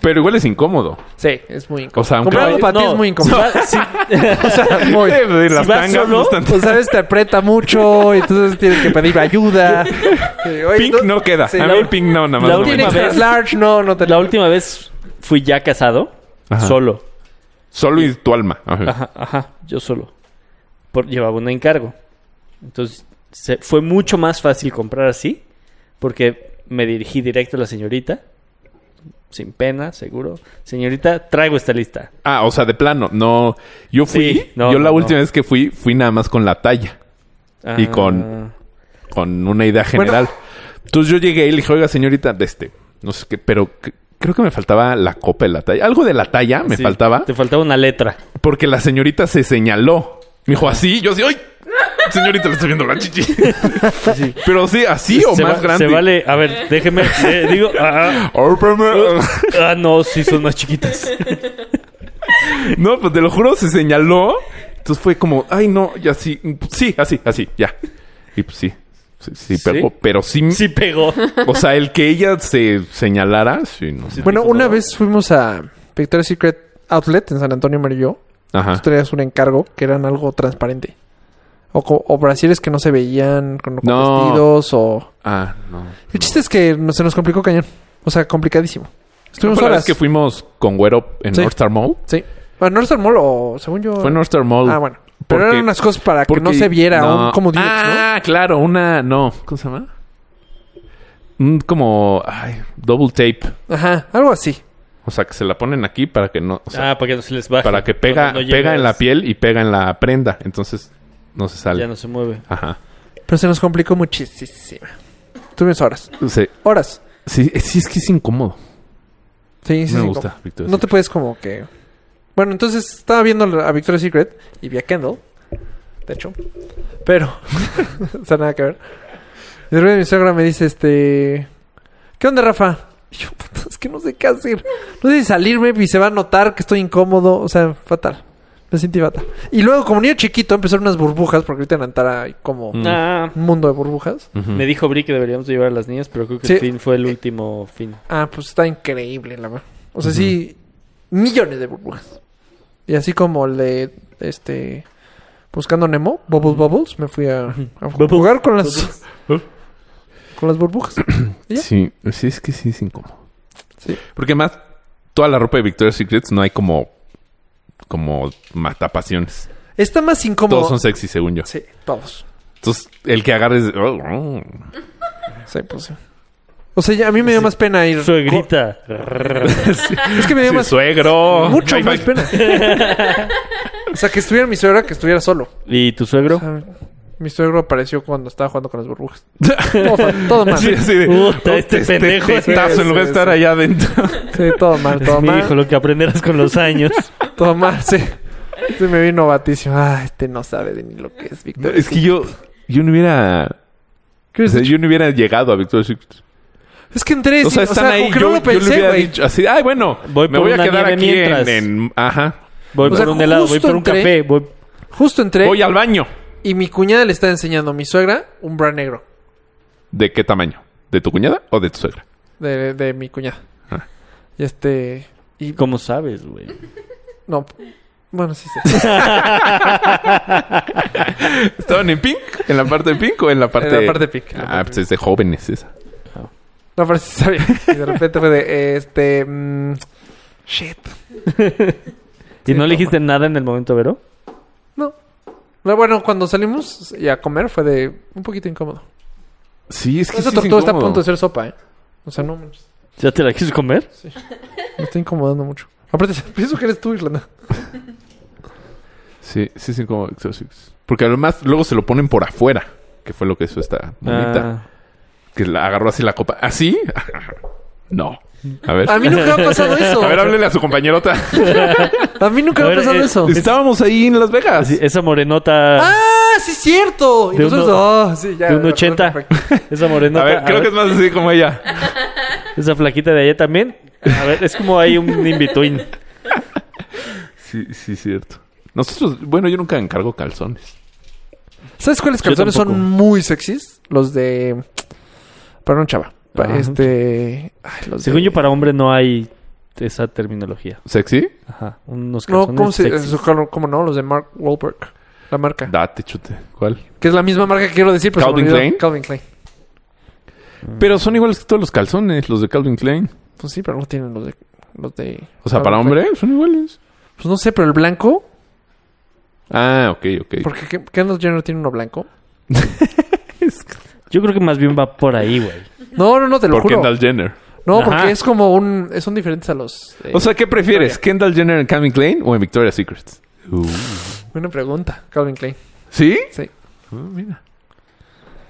C: Pero igual es incómodo.
B: Sí, es muy incómodo.
C: O sea, aunque...
B: Comprar algo para ti
A: No,
B: es muy incómodo.
A: si va- si-
B: O sea, muy.
C: Eh, de las
A: vas
C: tangas
A: solo,
C: no están-
B: Pues sabes, te aprieta mucho y entonces tienes que pedir ayuda. Eh, oye,
C: Pink no queda.
B: Sí,
C: a
B: la
C: mí
B: ul-
C: Pink no, nada más.
A: la
C: no me
A: última
C: gusta.
A: vez-
B: extra large, no, no te
A: la última vez fui ya casado,
C: Ajá.
A: solo.
C: Solo y tu alma. Ajá.
A: Ajá, ajá, yo solo. Por, llevaba un encargo. Entonces, se- fue mucho más fácil comprar así, porque me dirigí directo a la señorita, sin pena, seguro. Señorita, traigo esta lista.
C: Ah, o sea, de plano. No. Yo fui.
A: Sí, no,
C: yo
A: no,
C: la
A: no.
C: última vez que fui, fui nada más con la talla. Y
A: Ah,
C: con- Con una idea general. Entonces yo llegué y le dije, oiga, señorita, de este. No sé qué, pero c- creo que me faltaba la copa de la talla. Algo de la talla ah, me
A: sí,
C: faltaba.
A: Te faltaba una letra.
C: Porque la señorita se señaló. Me dijo así. Yo así, ¡ay! Señorita, le estoy viendo la chichi. Pero sí, así o
A: Se
C: más
A: va-
C: grande.
A: Se vale, a ver, déjeme, le digo, ah,
C: Órpeme.
A: ah, no, sí son más chiquitas.
C: No, pues te lo juro, se señaló. Entonces fue como, ay, no, y así, sí, así, así, ya. Y pues sí, sí, sí,
A: ¿Sí?
C: pegó, pero sí,
A: Sí pegó.
C: o sea, el que ella se señalara, sí, no.
B: Bueno, una vez fuimos a Victoria's Secret Outlet en San Antonio Amarillo.
C: Ajá.
B: Tú traías un encargo que eran algo transparente. O, co- o brasiles que no se veían con, con
C: No.
B: vestidos o...
C: Ah, no.
B: El chiste es que no- se nos complicó cañón. O sea, complicadísimo.
C: ¿No
B: Estuvimos
C: fue la
B: horas.
C: vez que fuimos con Güero en
B: Sí.
C: North Star Mall?
B: Sí. Bueno, no es el mall o según yo...
C: Fue en North Star Mall.
B: Ah, bueno. Pero
C: Porque-
B: eran unas cosas para que
C: porque-
B: no se viera
C: no.
B: un como Durex,
C: Ah, claro, una, no, ¿cómo se llama? Un como, ay, double tape.
B: ¿no? Ajá, algo así.
C: O sea, que se la ponen aquí para que no, o sea,
A: ah, para que no se les baje.
C: para que pega,
A: Cuando no
C: pega en la
A: llegas,
C: piel y pega en la prenda. Entonces no se sale.
A: Ya no se mueve.
C: Ajá.
B: Pero se nos complicó muchísimo. Estuvimos horas.
C: Sí,
B: Horas.
C: sí, sí, es que es incómodo.
B: Sí, sí,
C: me
B: sí,
C: gusta, Victoria
B: No te puedes como que... Bueno, entonces estaba viendo a Victoria's Secret y vi a Kendall. De hecho. Pero... o sea, nada que ver. Y de repente mi suegra me dice, este... ¿Qué onda, Rafa? Y yo, puta, es que no sé qué hacer. No sé si salirme y se va a notar que estoy incómodo. O sea, fatal. Me sentí fatal. Y luego, como niño chiquito, empezaron unas burbujas. Porque ahorita en Antara hay como
C: Mm.
A: Ah,
B: un mundo de burbujas.
C: Ujú.
A: me dijo Bri que deberíamos de llevar a las niñas, pero creo que
B: Sí.
A: el fin fue el último fin.
B: Ah, pues está increíble, la verdad. O sea, sí, millones de burbujas. Y así como el de, este, buscando Nemo, Bubbles Bubbles, me fui a, a jugar con las, con las burbujas. ¿Y ya?
C: Sí, sí, es que sí es incómodo.
B: Sí.
C: Porque además, toda la ropa de Victoria's Secrets no hay como, como matapasiones.
B: Está más incómodo.
C: Todos son sexy, según yo.
B: Sí, todos.
C: Entonces, el que agarres. oh".
B: Sí, pues sí. O sea, ya a mí me dio más pena ir.
A: Suegrita.
B: Es que me dio
C: Sí,
B: más
C: suegro.
B: mucho
C: Ay,
B: más
C: ay.
B: pena. o sea, que estuviera mi suegra, que estuviera solo.
A: ¿Y tu suegro?
B: O sea, mi suegro apareció cuando estaba jugando con las burbujas. Todo, fa- todo mal.
C: Sí, así de,
A: Puta, este
C: te- te-
A: pendejo.
C: te- Tazo, en lugar de
B: Sí,
C: estar
B: sí.
C: allá adentro.
B: Sí, todo mal, todo
A: Mi
B: mal.
A: hijo, lo que aprenderás con los años.
B: Todo mal, sí. Sí, me vino batísimo. Ah, este no sabe de ni lo que es
C: No,
B: Victoria.
C: es que yo, yo no hubiera.
B: ¿Qué
C: o
B: es,
C: sea, yo no hubiera llegado a Victoria's Secret.
B: es que entré,
C: O sea, están ahí.
B: como que
C: yo,
B: no
C: yo
B: lo pensé,
C: le hubiera
B: güey.
C: dicho así, ay, bueno,
A: Voy
C: me
A: por
C: voy a
A: una
C: quedar
A: nieve
C: aquí
A: mientras".
C: en, en- Ajá.
A: Voy
B: O
A: por
B: sea,
A: un helado, voy
B: justo
A: por un
B: entré.
A: café, voy...
B: Justo entré
C: Voy al baño.
B: y mi cuñada le está enseñando a mi suegra un bra negro
C: ¿De qué tamaño? ¿De tu cuñada o de tu suegra?
B: de, de mi cuñada.
C: Ah.
B: Y este... Y,
A: ¿Cómo sabes, güey?
B: no, bueno, sí, sí.
C: ¿Estaban en pink? ¿En la parte de pink o en la parte
B: En la parte pink, en la
C: Ah,
B: parte
C: pues es de jóvenes esa.
B: No, pero sí sabía. Y de repente fue de, este... mm, shit.
A: ¿Y
B: Sí,
A: no le
B: toma.
A: dijiste nada en el momento, Vero?
B: No. No, bueno, cuando salimos y a comer fue de un poquito incómodo.
C: Sí, es que
B: Esa
C: sí es
B: tortuga está a
C: incómodo.
B: punto de ser sopa, ¿eh? O sea, no manches.
A: ¿Ya te la quieres comer?
B: Me está incomodando mucho. Aparte, pienso que eres tú, Irlanda.
C: Sí, sí es incómodo Victoria's Secret. Porque además luego se lo ponen por afuera, que
B: Ah.
C: fue lo que hizo esta bonita.
A: Ah,
C: Que la agarró así la copa. ¿Así? no. A ver.
B: A mí nunca me ha pasado eso.
C: A ver, háblele a su compañerota.
B: A mí nunca
A: A
B: me ha
A: ver,
B: pasado
A: eh,
B: eso.
C: Estábamos ahí en Las Vegas.
A: Así, esa morenota
B: ¡Ah, sí es cierto! Y
A: De
B: nosotros,
A: uno-
B: ah, sí, ya,
A: de un
B: perdón,
A: 80.
B: perfecto.
A: Esa
C: a
A: morenota.
C: ver,
A: a
C: creo que es
A: ver,
C: más así como ella.
A: Esa flaquita de allá también. A ver, es como hay un in-between.
C: Sí, sí, cierto. Nosotros, bueno, yo nunca encargo calzones.
B: ¿Sabes cuáles
A: Yo
B: calzones son
A: tampoco.
B: muy sexys? Los de... Para un chava. Pa-
A: Ajá.
B: Este... ay, los
A: Según
B: de-
A: yo, para hombre no hay esa terminología.
C: ¿Sexy?
A: Ajá. Unos
B: No,
A: calzones
B: ¿cómo, se-
A: sexys.
B: eso- ¿cómo no? Los de Mark Wahlberg. La marca.
C: Date, chute. ¿Cuál?
B: Que es la misma marca que quiero decir, pero se me
C: ¿Calvin
B: olvidó.
C: Klein?
B: Calvin Klein.
C: Pero son iguales que todos los calzones, los de Calvin Klein.
B: Pues sí, pero no tienen los de... Los de
C: O
B: Calvin
C: sea, para
B: Klein.
C: hombre son iguales.
B: Pues no sé, pero el blanco...
C: Ah, ok, ok.
B: Porque Ken- Kendall Jenner tiene uno blanco.
A: Yo creo que más bien va por ahí, güey.
B: No, no, no, te lo
C: Por
B: juro.
C: Kendall Jenner.
B: No,
A: Ajá.
B: porque es como un... Son diferentes a los... eh,
C: O sea, ¿qué prefieres? ¿Kendall Jenner en Calvin Klein o en Victoria's Secret?
B: Buena pregunta. Calvin Klein.
C: ¿Sí?
B: Uh. Sí.
C: Ah, mira.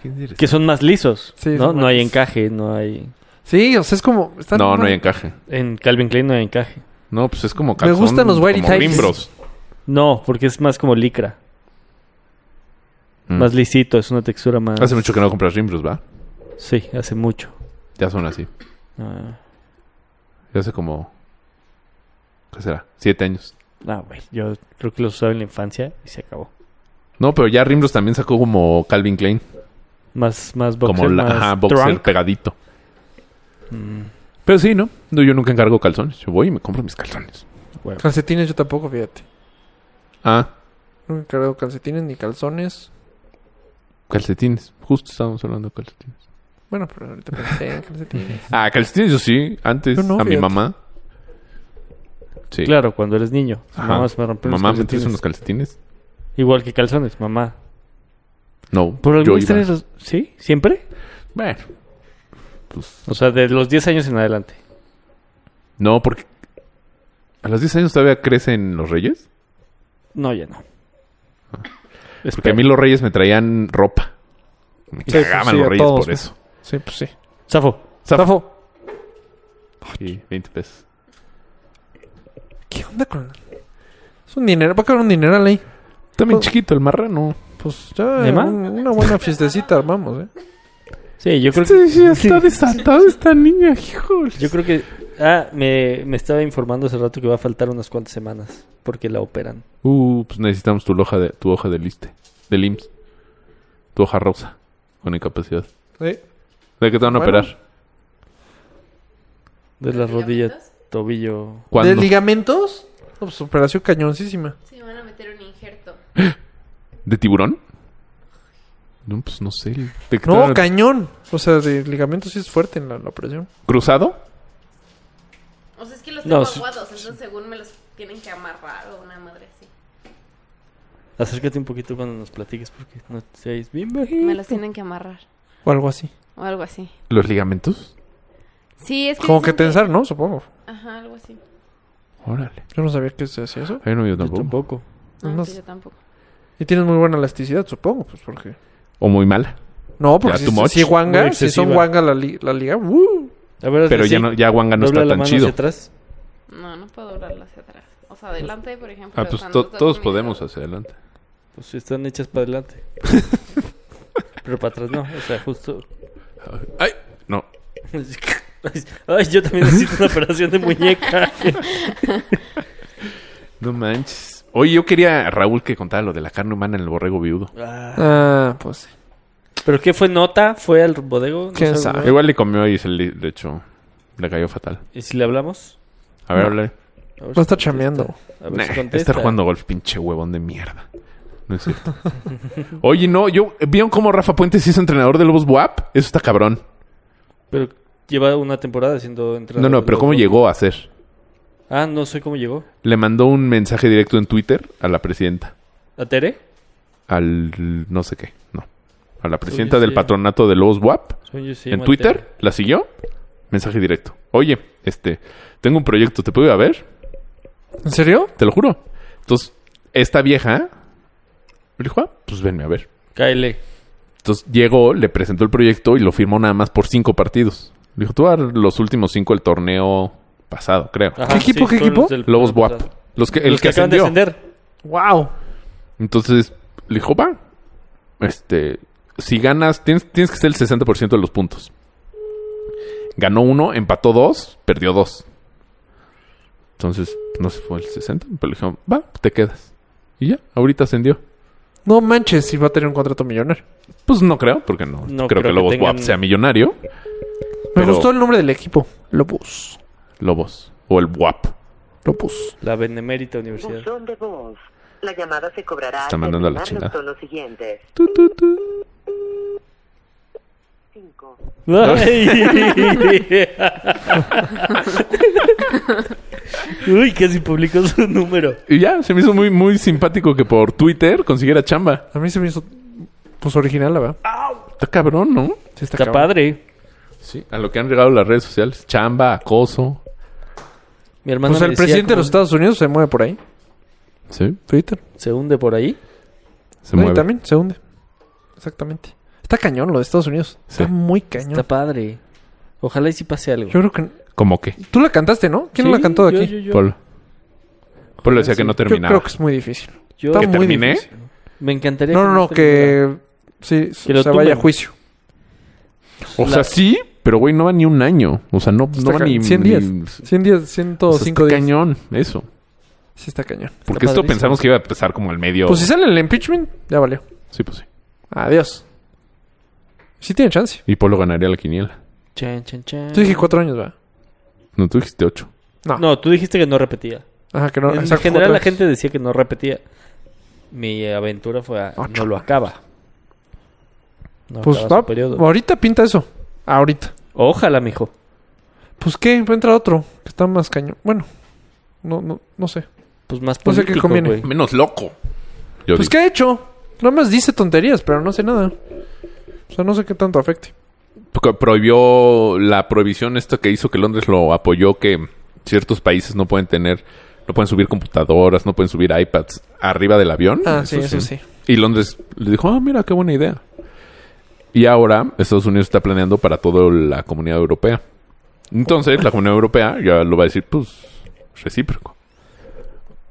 C: ¿Quién eres?
A: Que son más lisos.
B: Sí,
A: ¿no?
B: son
A: no
B: más
A: hay
B: lisos.
A: encaje, no hay.
B: Sí, o sea, es como... están-
C: No, no hay encaje.
A: En Calvin Klein no hay encaje.
C: No, pues es como calzón.
B: gustan los whitey
C: como
B: tights.
C: Green Bros.
A: No, porque es más como licra.
C: Mm.
A: Más lisito, es una textura más.
C: Hace mucho que no compras Rimbros, ¿va?
A: Sí, hace mucho.
C: Ya son así.
A: Ah,
C: Ya hace como... ¿Qué será? Siete años.
A: ah, güey. Yo creo que los usaba en la infancia y se acabó.
C: No, pero ya Rimbros también sacó como Calvin Klein.
A: Más, más boxer.
C: como la,
A: más
C: ajá, boxer
A: trunk.
C: pegadito.
B: Mm.
C: Pero sí, ¿no? No, Yo nunca encargo calzones. Yo voy y me compro mis calzones.
A: Güey.
B: Calcetines yo tampoco, fíjate.
C: Ah,
B: Nunca he cargado calcetines ni calzones.
C: calcetines. Justo estábamos hablando de calcetines.
B: Bueno, pero ahorita pensé en calcetines.
C: Ah, calcetines yo sí. Antes
B: Yo no,
C: a mi
B: fíjate.
C: mamá. Sí.
A: Claro, cuando eres niño.
C: Ajá.
A: Mamá se me rompió los
C: Mamá, ¿me
A: calcetines.
C: traes unos calcetines?
A: Igual que calzones, mamá.
C: No.
A: Por
C: yo
A: algún
C: iba.
A: extraño los- ¿Sí? ¿Siempre?
C: Bueno. Pues,
A: O sea, de los 10 años en adelante.
C: no, porque... ¿A los 10 años todavía crecen los reyes?
A: No, ya no. Es
C: Ah. Porque a mí los reyes me traían ropa. Me
B: Sí, pues
C: cagaban
B: sí,
C: los
B: a
C: reyes
B: todos,
C: por
B: ¿no?
C: eso.
B: Sí, pues sí.
A: Zafo.
B: Zafo.
C: Sí, 20 pesos.
B: ¿Qué onda con...? Es un dinero. Va a caber un dineral ahí.
C: También
B: Pues-
C: chiquito, el marrano.
B: Pues ya...
A: ¿Nema?
B: un- Una buena fiestecita armamos, ¿eh?
A: Sí, yo creo que...
C: está desatado esta niña, híjole.
A: Yo creo que... Ah, me, me estaba informando hace rato que va a faltar unas cuantas semanas porque la operan.
C: Uh, pues necesitamos tu hoja de, tu hoja de liste, del IMSS. Tu hoja rosa, con incapacidad.
B: Sí.
C: ¿De qué te van a
B: Bueno.
C: operar?
A: De la rodilla, tobillo...
C: ¿Cuándo?
B: ¿De ligamentos? No, pues operación cañoncísima.
F: Se van a meter un injerto.
C: ¿De tiburón? No, pues no sé. ¿De qué te van
B: No,
C: a-
B: cañón. O sea, de ligamentos sí es fuerte en la, la operación.
C: ¿Cruzado?
F: O sea, es que los
A: No,
F: tengo
A: sí.
F: aguados, entonces según me los tienen que amarrar o una madre así.
A: Acércate un poquito cuando nos platiques porque no seáis bien
F: Me
A: bajito.
F: los tienen que amarrar
B: O algo así.
F: o algo así.
C: ¿Los ligamentos?
F: Sí, es que...
B: Como que
F: dicen
B: tensar, ¿no? Supongo.
F: Ajá, algo así.
C: Órale.
B: Yo no sabía que se hacía eso.
C: Ay, no, yo
A: Yo
C: tampoco.
A: tampoco.
F: No,
B: No
F: pues
B: sé.
F: yo tampoco.
B: Y tienes muy buena elasticidad, supongo. Pues porque...
C: O muy mala.
B: No, porque si,
C: Ya, too much.
B: si guanga,
A: Muy
B: si son
A: excesiva.
B: guanga la, li- la liga, ¡uh!
A: A ver,
C: Pero
A: así,
C: ya no, ya Wanga no
A: Pues dobla
C: está
A: la
C: tan
A: mano
C: chido.
A: hacia atrás.
F: No, no puedo doblarlo hacia atrás. O sea, adelante, por ejemplo.
C: Ah, pues
F: cuando
C: to-
F: toco
C: todos
F: mi
C: podemos
F: dedo.
C: hacia adelante.
A: Pues sí, están hechas para adelante. Pero para atrás no. O sea, justo...
C: Ay, no.
A: Ay, yo también necesito una operación de muñeca.
C: No manches. Oye, yo quería a Raúl que contara lo de la carne humana en el borrego viudo.
B: Ah, pues sí.
A: ¿Pero qué fue nota? ¿Fue al bodego? No
B: ¿Quién
A: sabemos.
B: sabe?
C: Igual le comió y se le, de hecho, le cayó fatal.
A: ¿Y si le hablamos?
C: A ver,
B: No.
C: háblale.
A: A ver
B: Va a
A: si
B: estar
A: contesta.
B: chameando.
A: A ver
C: Pues, Nah,
A: si
C: está
A: contesta.
C: jugando golf, pinche huevón de mierda. No es cierto. Oye, no, yo. ¿Vieron cómo Rafa Puentes hizo entrenador de Lobos WAP? Eso está cabrón.
A: Pero lleva una temporada siendo entrenador.
C: No, no,
A: de
C: pero
A: los
C: ¿cómo
A: Broncos.
C: llegó a ser?
A: Ah, no sé cómo llegó.
C: Le mandó un mensaje directo en Twitter a la presidenta.
A: ¿A Tere?
C: Al no sé qué, no. A la presidenta
A: sí.
C: del patronato de Lobos WAP.
A: Según yo se
C: en
A: llama
C: Twitter,
A: Tere.
C: la siguió. Mensaje directo. Oye, este, tengo un proyecto, ¿te puedo ir a ver?
B: ¿En serio?
C: Te lo juro. Entonces, esta vieja le dijo, "Ah, pues venme a ver.
A: Cáele.
C: Entonces llegó, le presentó el proyecto y lo firmó nada más por cinco partidos. Dijo, tú a los últimos cinco del torneo pasado, creo.
A: Ajá,
B: equipo, qué
A: son
B: equipo?
A: los del-
C: Lobos WAP. Los que, el
A: Los
C: que
A: acaban de
C: ascendió.
A: ascender.
B: ¡Wow!
C: Entonces, le dijo, va. Este, si ganas, tienes, tienes que ser el 60% de los puntos. Ganó uno, empató dos, perdió dos. Entonces, pues, no se fue el 60, pero le dijeron, va, te quedas. Y ya, ahorita ascendió.
B: No manches si va a tener un contrato millonario.
C: Pues no creo, porque no,
A: No
C: creo, que
A: creo que
C: Lobos
A: tengan-
C: Guap sea millonario.
B: Me
C: Pero-
B: gustó el nombre del equipo. Lobos.
C: Lobos. O el WAP.
B: Lobos.
A: La Benemérita Universidad.
E: Buzón de voz. La llamada se cobrará
C: Está
E: al
C: mandando a la
E: terminar
C: chingada.
E: los tonos siguientes.
C: Tu, tu, tu.
E: Cinco.
A: Ay. Uy, casi publicó su número.
C: Y ya, se me hizo muy, muy simpático que por Twitter consiguiera chamba.
B: A mí se me hizo pues original, la verdad.
C: Está cabrón, ¿no?
B: Sí está
A: Está
B: cabrón.
A: padre.
C: Sí, a lo que han llegado las redes sociales. Chamba, acoso.
A: Mi hermano
B: Pues
A: me
B: el
A: decía
B: presidente de
A: como,
B: los Estados Unidos se mueve por ahí.
C: Sí,
B: Twitter.
A: se hunde por ahí.
C: se
B: No, y
C: mueve.
B: también se hunde. Exactamente. Está cañón lo de Estados Unidos.
C: Sí.
B: Está muy cañón.
A: Está padre. Ojalá y si pase algo.
B: Yo creo que...
C: ¿Cómo qué?
B: Tú la cantaste, ¿no? ¿Quién
A: Sí,
B: la cantó de
A: yo,
B: aquí?
A: yo,
B: Yo,
A: yo.
C: Polo. Polo decía que no terminaba.
B: creo que es muy difícil.
A: Yo-
B: Está
C: ¿Que
B: muy
C: terminé?
B: difícil.
A: Me encantaría.
B: No, no, no,
A: terminara.
B: que... Sí,
A: Que lo
B: se vaya a
A: tumben.
B: juicio.
C: O sea, sí, pero güey, no va ni un año. O sea, no, no
B: Está
C: va
B: ca-
C: ni...
B: 100
C: ni-
B: días.
C: o sea,
B: 100 días, 105
C: está
B: días.
C: cañón, eso.
B: Sí está cañón.
C: Porque esto
A: padrísimo.
C: pensamos que iba a empezar como el medio...
B: Pues si sale el impeachment, ya valió.
C: Sí, pues sí.
B: Adiós. Sí tiene chance.
C: Y Polo ganaría la quiniela.
A: Chan, chan, chan.
B: Yo dije cuatro años, ¿verdad?
C: No, tú dijiste ocho.
B: No.
A: No, tú dijiste que no repetía.
B: Ajá, que no.
A: en
B: exacto,
A: general
B: cuatro
A: la
B: años.
A: gente decía que no repetía. Mi aventura fue a,
B: Ocho.
A: no lo acaba. No
B: Pues
A: acaba su
B: va-
A: periodo.
B: ahorita pinta eso. Ahorita.
A: Ojalá, mijo.
B: Pues qué, va a entrar otro. Que está más cañón. Bueno, no, no, no sé.
A: Pues más
B: No sé qué
A: político,
B: conviene.
A: güey.
C: Menos loco. Yo
B: pues
C: digo.
B: qué ha hecho. Nada más dice tonterías, pero no sé nada. O sea, no sé qué tanto afecte.
C: Porque prohibió la prohibición esta que hizo que Londres lo apoyó que ciertos países no pueden tener no pueden subir computadoras, no pueden subir iPads arriba del avión.
B: Ah, sí, eso sí.
C: Y Londres le dijo, ah, mira, qué buena idea. Y ahora Estados Unidos está planeando para toda la comunidad europea. Entonces, la comunidad europea ya lo va a decir, pues, recíproco.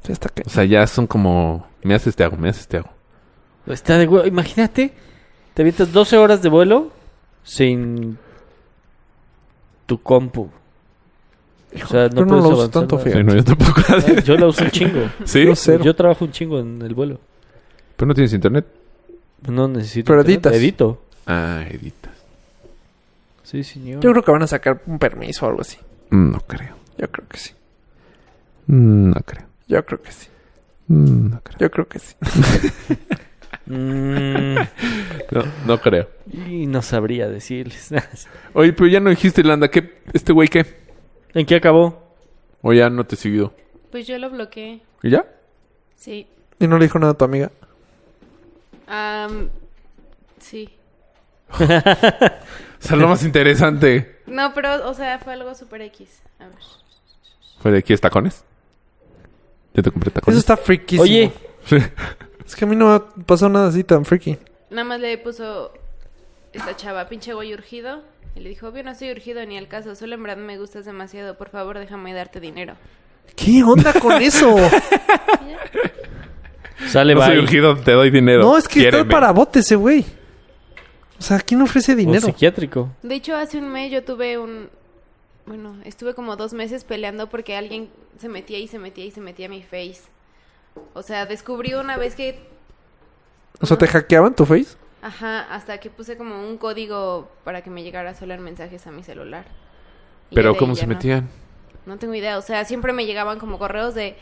B: Sí, está cañón.
C: O sea, ya son como, me haces te hago, me haces te hago.
A: Está de huevo. Imagínate, te avientas 12 horas de vuelo sin tu compu. O sea, no
B: yo no
A: puedes
B: lo uso
A: avanzar
B: tanto,
A: nada.
B: fíjate.
C: Sí, no, yo tampoco.
A: Ah, Yo la uso un chingo.
C: sí,
B: No sé. Cero.
A: Yo trabajo un chingo en el vuelo.
C: pero no tienes internet.
A: No necesito.
B: Pero
A: internet,
B: editas.
A: Edito.
C: Ah, editas.
A: Sí, señor.
B: Yo creo que van a sacar un permiso o algo así.
C: Mm, No creo.
B: Yo creo que sí.
C: Mm, No creo.
B: Yo creo que sí.
C: Mm, No creo.
B: Yo creo que sí.
A: Mm,
C: No, no creo.
A: y no sabría decirles.
C: Oye, pero ya no dijiste, Landa, ¿qué? ¿Este güey qué?
A: ¿En qué acabó?
C: O ya no te he seguido.
F: Pues yo lo bloqueé.
C: ¿Y ya?
F: Sí.
B: Y no le dijo nada a tu amiga.
F: Am, sí.
C: O sea, lo más interesante.
F: No, pero, o sea, fue algo super X. A ver.
C: ¿Fue de aquí es tacones? ¿Ya te compré
B: Eso
C: tacones?
B: está friquísimo.
A: Oye,
B: Es que a mí no me ha pasado nada así tan friki.
F: Nada más le puso esta chava, pinche güey urgido. Y le dijo, obvio, no soy urgido ni al caso. Solo en verdad me gustas demasiado. Por favor, déjame darte dinero.
B: ¿Qué onda con eso?
A: sale
C: No soy
A: bye.
C: urgido, te doy dinero.
B: no, es que está
C: Quiéreme.
B: para bote ese güey. O sea, ¿quién ofrece
A: Un
B: dinero?
A: psiquiátrico.
F: De hecho, hace un mes yo tuve un... Bueno, estuve como dos meses peleando porque alguien se metía y se metía y se metía a mi face. O sea, descubrí una vez que...
B: O sea, ¿te hackeaban tu face?
F: Ajá, hasta que puse como un código para que me llegara solo en mensajes a mi celular. Y ya
C: Pero
F: de ahí
C: ¿cómo
F: ya
C: se
F: no.
C: metían?
F: No tengo idea, o sea, siempre me llegaban como correos de...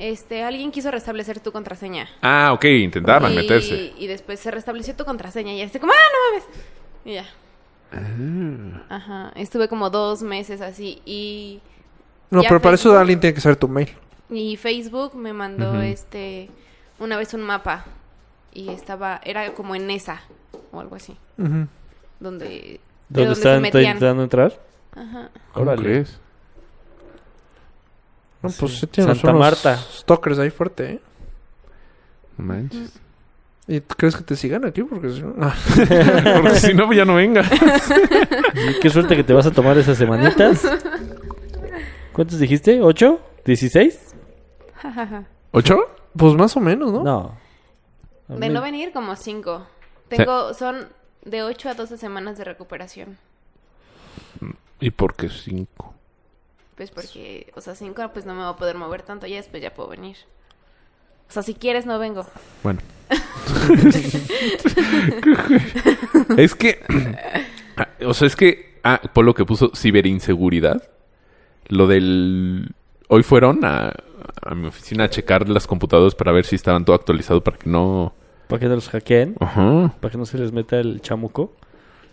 F: Este, alguien quiso restablecer tu contraseña.
C: Ah, ok, intentaban
F: y,
C: meterse.
F: Y después se restableció tu contraseña y así como, ah, no mames. Y ya.
C: Ah.
F: Ajá. Estuve como dos meses así y,
B: No,
F: Ya
B: pero para eso
F: Facebook.
B: alguien tiene que saber tu mail.
F: y Facebook me mandó
C: Ujú.
F: este una vez un mapa y estaba, era como en esa o algo así,
B: Ujú.
F: donde, de
A: ¿Dónde
F: donde
A: están
F: se metían.
A: intentando entrar?
F: Ajá.
C: ¿Cómo
A: Órale.
C: crees?
B: No, pues sí,
A: Santa
B: unos
A: Marta.
B: stalkers ahí fuerte, ¿eh?
C: No Manches.
B: ¿Y tú crees que te sigan aquí? Porque si no... no.
C: Porque si no, ya no venga.
A: Y Qué suerte que te vas a tomar esas semanitas. ¿Cuántos dijiste? ¿Ocho? ¿Dieciséis?
C: ¿Ocho?
B: Pues más o menos, ¿no?
A: No. A mí-
F: De no venir como cinco. Tengo, son de 8 a 12 semanas de recuperación.
C: ¿Y por qué cinco?
F: Pues porque, o sea, cinco pues no me voy a poder mover tanto ya, después ya puedo venir. O sea, si quieres no vengo.
C: Bueno. es que. o sea, es que. Ah, por lo que puso ciberinseguridad. Lo del. Hoy fueron a, a mi oficina a checar las computadoras para ver si estaban todo actualizado para que no.
A: ¿Para que no los hackeen?
C: Ajá.
A: ¿Para que no se les meta el chamuco?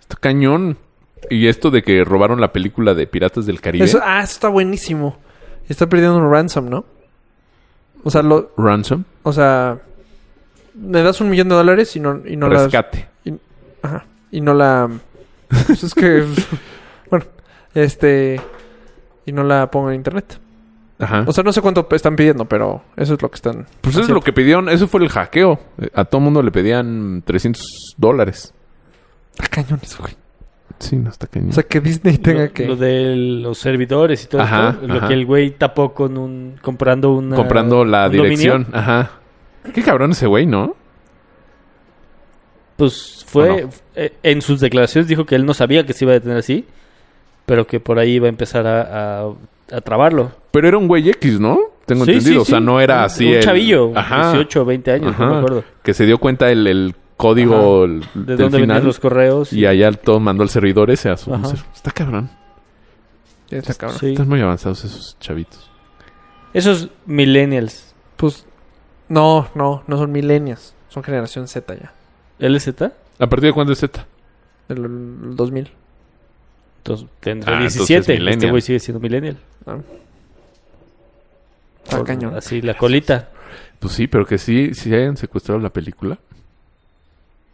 C: Está cañón. Y esto de que robaron la película de Piratas del Caribe.
B: Eso, ah, eso está buenísimo. Está perdiendo un ransom, ¿no? O sea, lo,
C: Ransom.
B: o sea, le das un millón de dólares y no, y no la...
C: rescate.
B: Ajá. Y no la... pues es que... bueno, este... Y no la pongo en internet.
C: Ajá.
B: O sea, no sé cuánto están pidiendo, pero eso es lo que están...
C: pues eso es lo que pidieron. Eso fue el hackeo. Eh, A todo mundo le pedían 300 dólares.
B: Está cañón eso, güey.
C: Sí, no está cañón.
B: O sea, que Disney tenga
A: lo,
B: que...
A: lo de los servidores y todo
C: Ajá,
A: esto, lo
C: ajá.
A: que el güey tapó con un comprando una
C: comprando la
A: Ah, un
C: dirección.
A: dominio,
C: Ajá. Qué cabrón ese güey, ¿no?
A: pues fue
C: ¿O no?
A: eh, en sus declaraciones dijo que él no sabía que se iba a detener así, pero que por ahí iba a empezar a, a- a trabarlo.
C: Pero era un güey X, ¿no? Tengo
A: Sí, sí,
C: entendido. o sea,
A: sí.
C: no era
A: Un-
C: así.
A: Un
C: el-
A: chavillo,
C: Ajá.
A: 18 20 años, no
C: Ajá.
A: me acuerdo.
C: Que se dio cuenta el, el código el-
A: De
C: del
A: dónde
C: final.
A: venían los correos.
C: Y allá todo mandó al servidor ese a su.
A: Ajá.
C: Está cabrón.
B: Está cabrón.
A: Sí.
C: Están muy avanzados esos chavitos.
A: Esos millennials.
B: Pues... No, no, no son milenias. Son generación Z ya.
A: ¿LZ?
C: ¿A partir de cuándo es Z?
B: Del del 2000.
A: Entonces, tendrá
C: Ah, entonces
A: 17. este
C: millennial.
A: güey sigue siendo millennial.
B: Ah. Está
A: Por-
B: Ah, cañón.
A: Así, la colita.
C: Pues sí, pero que sí, si hayan secuestrado la película.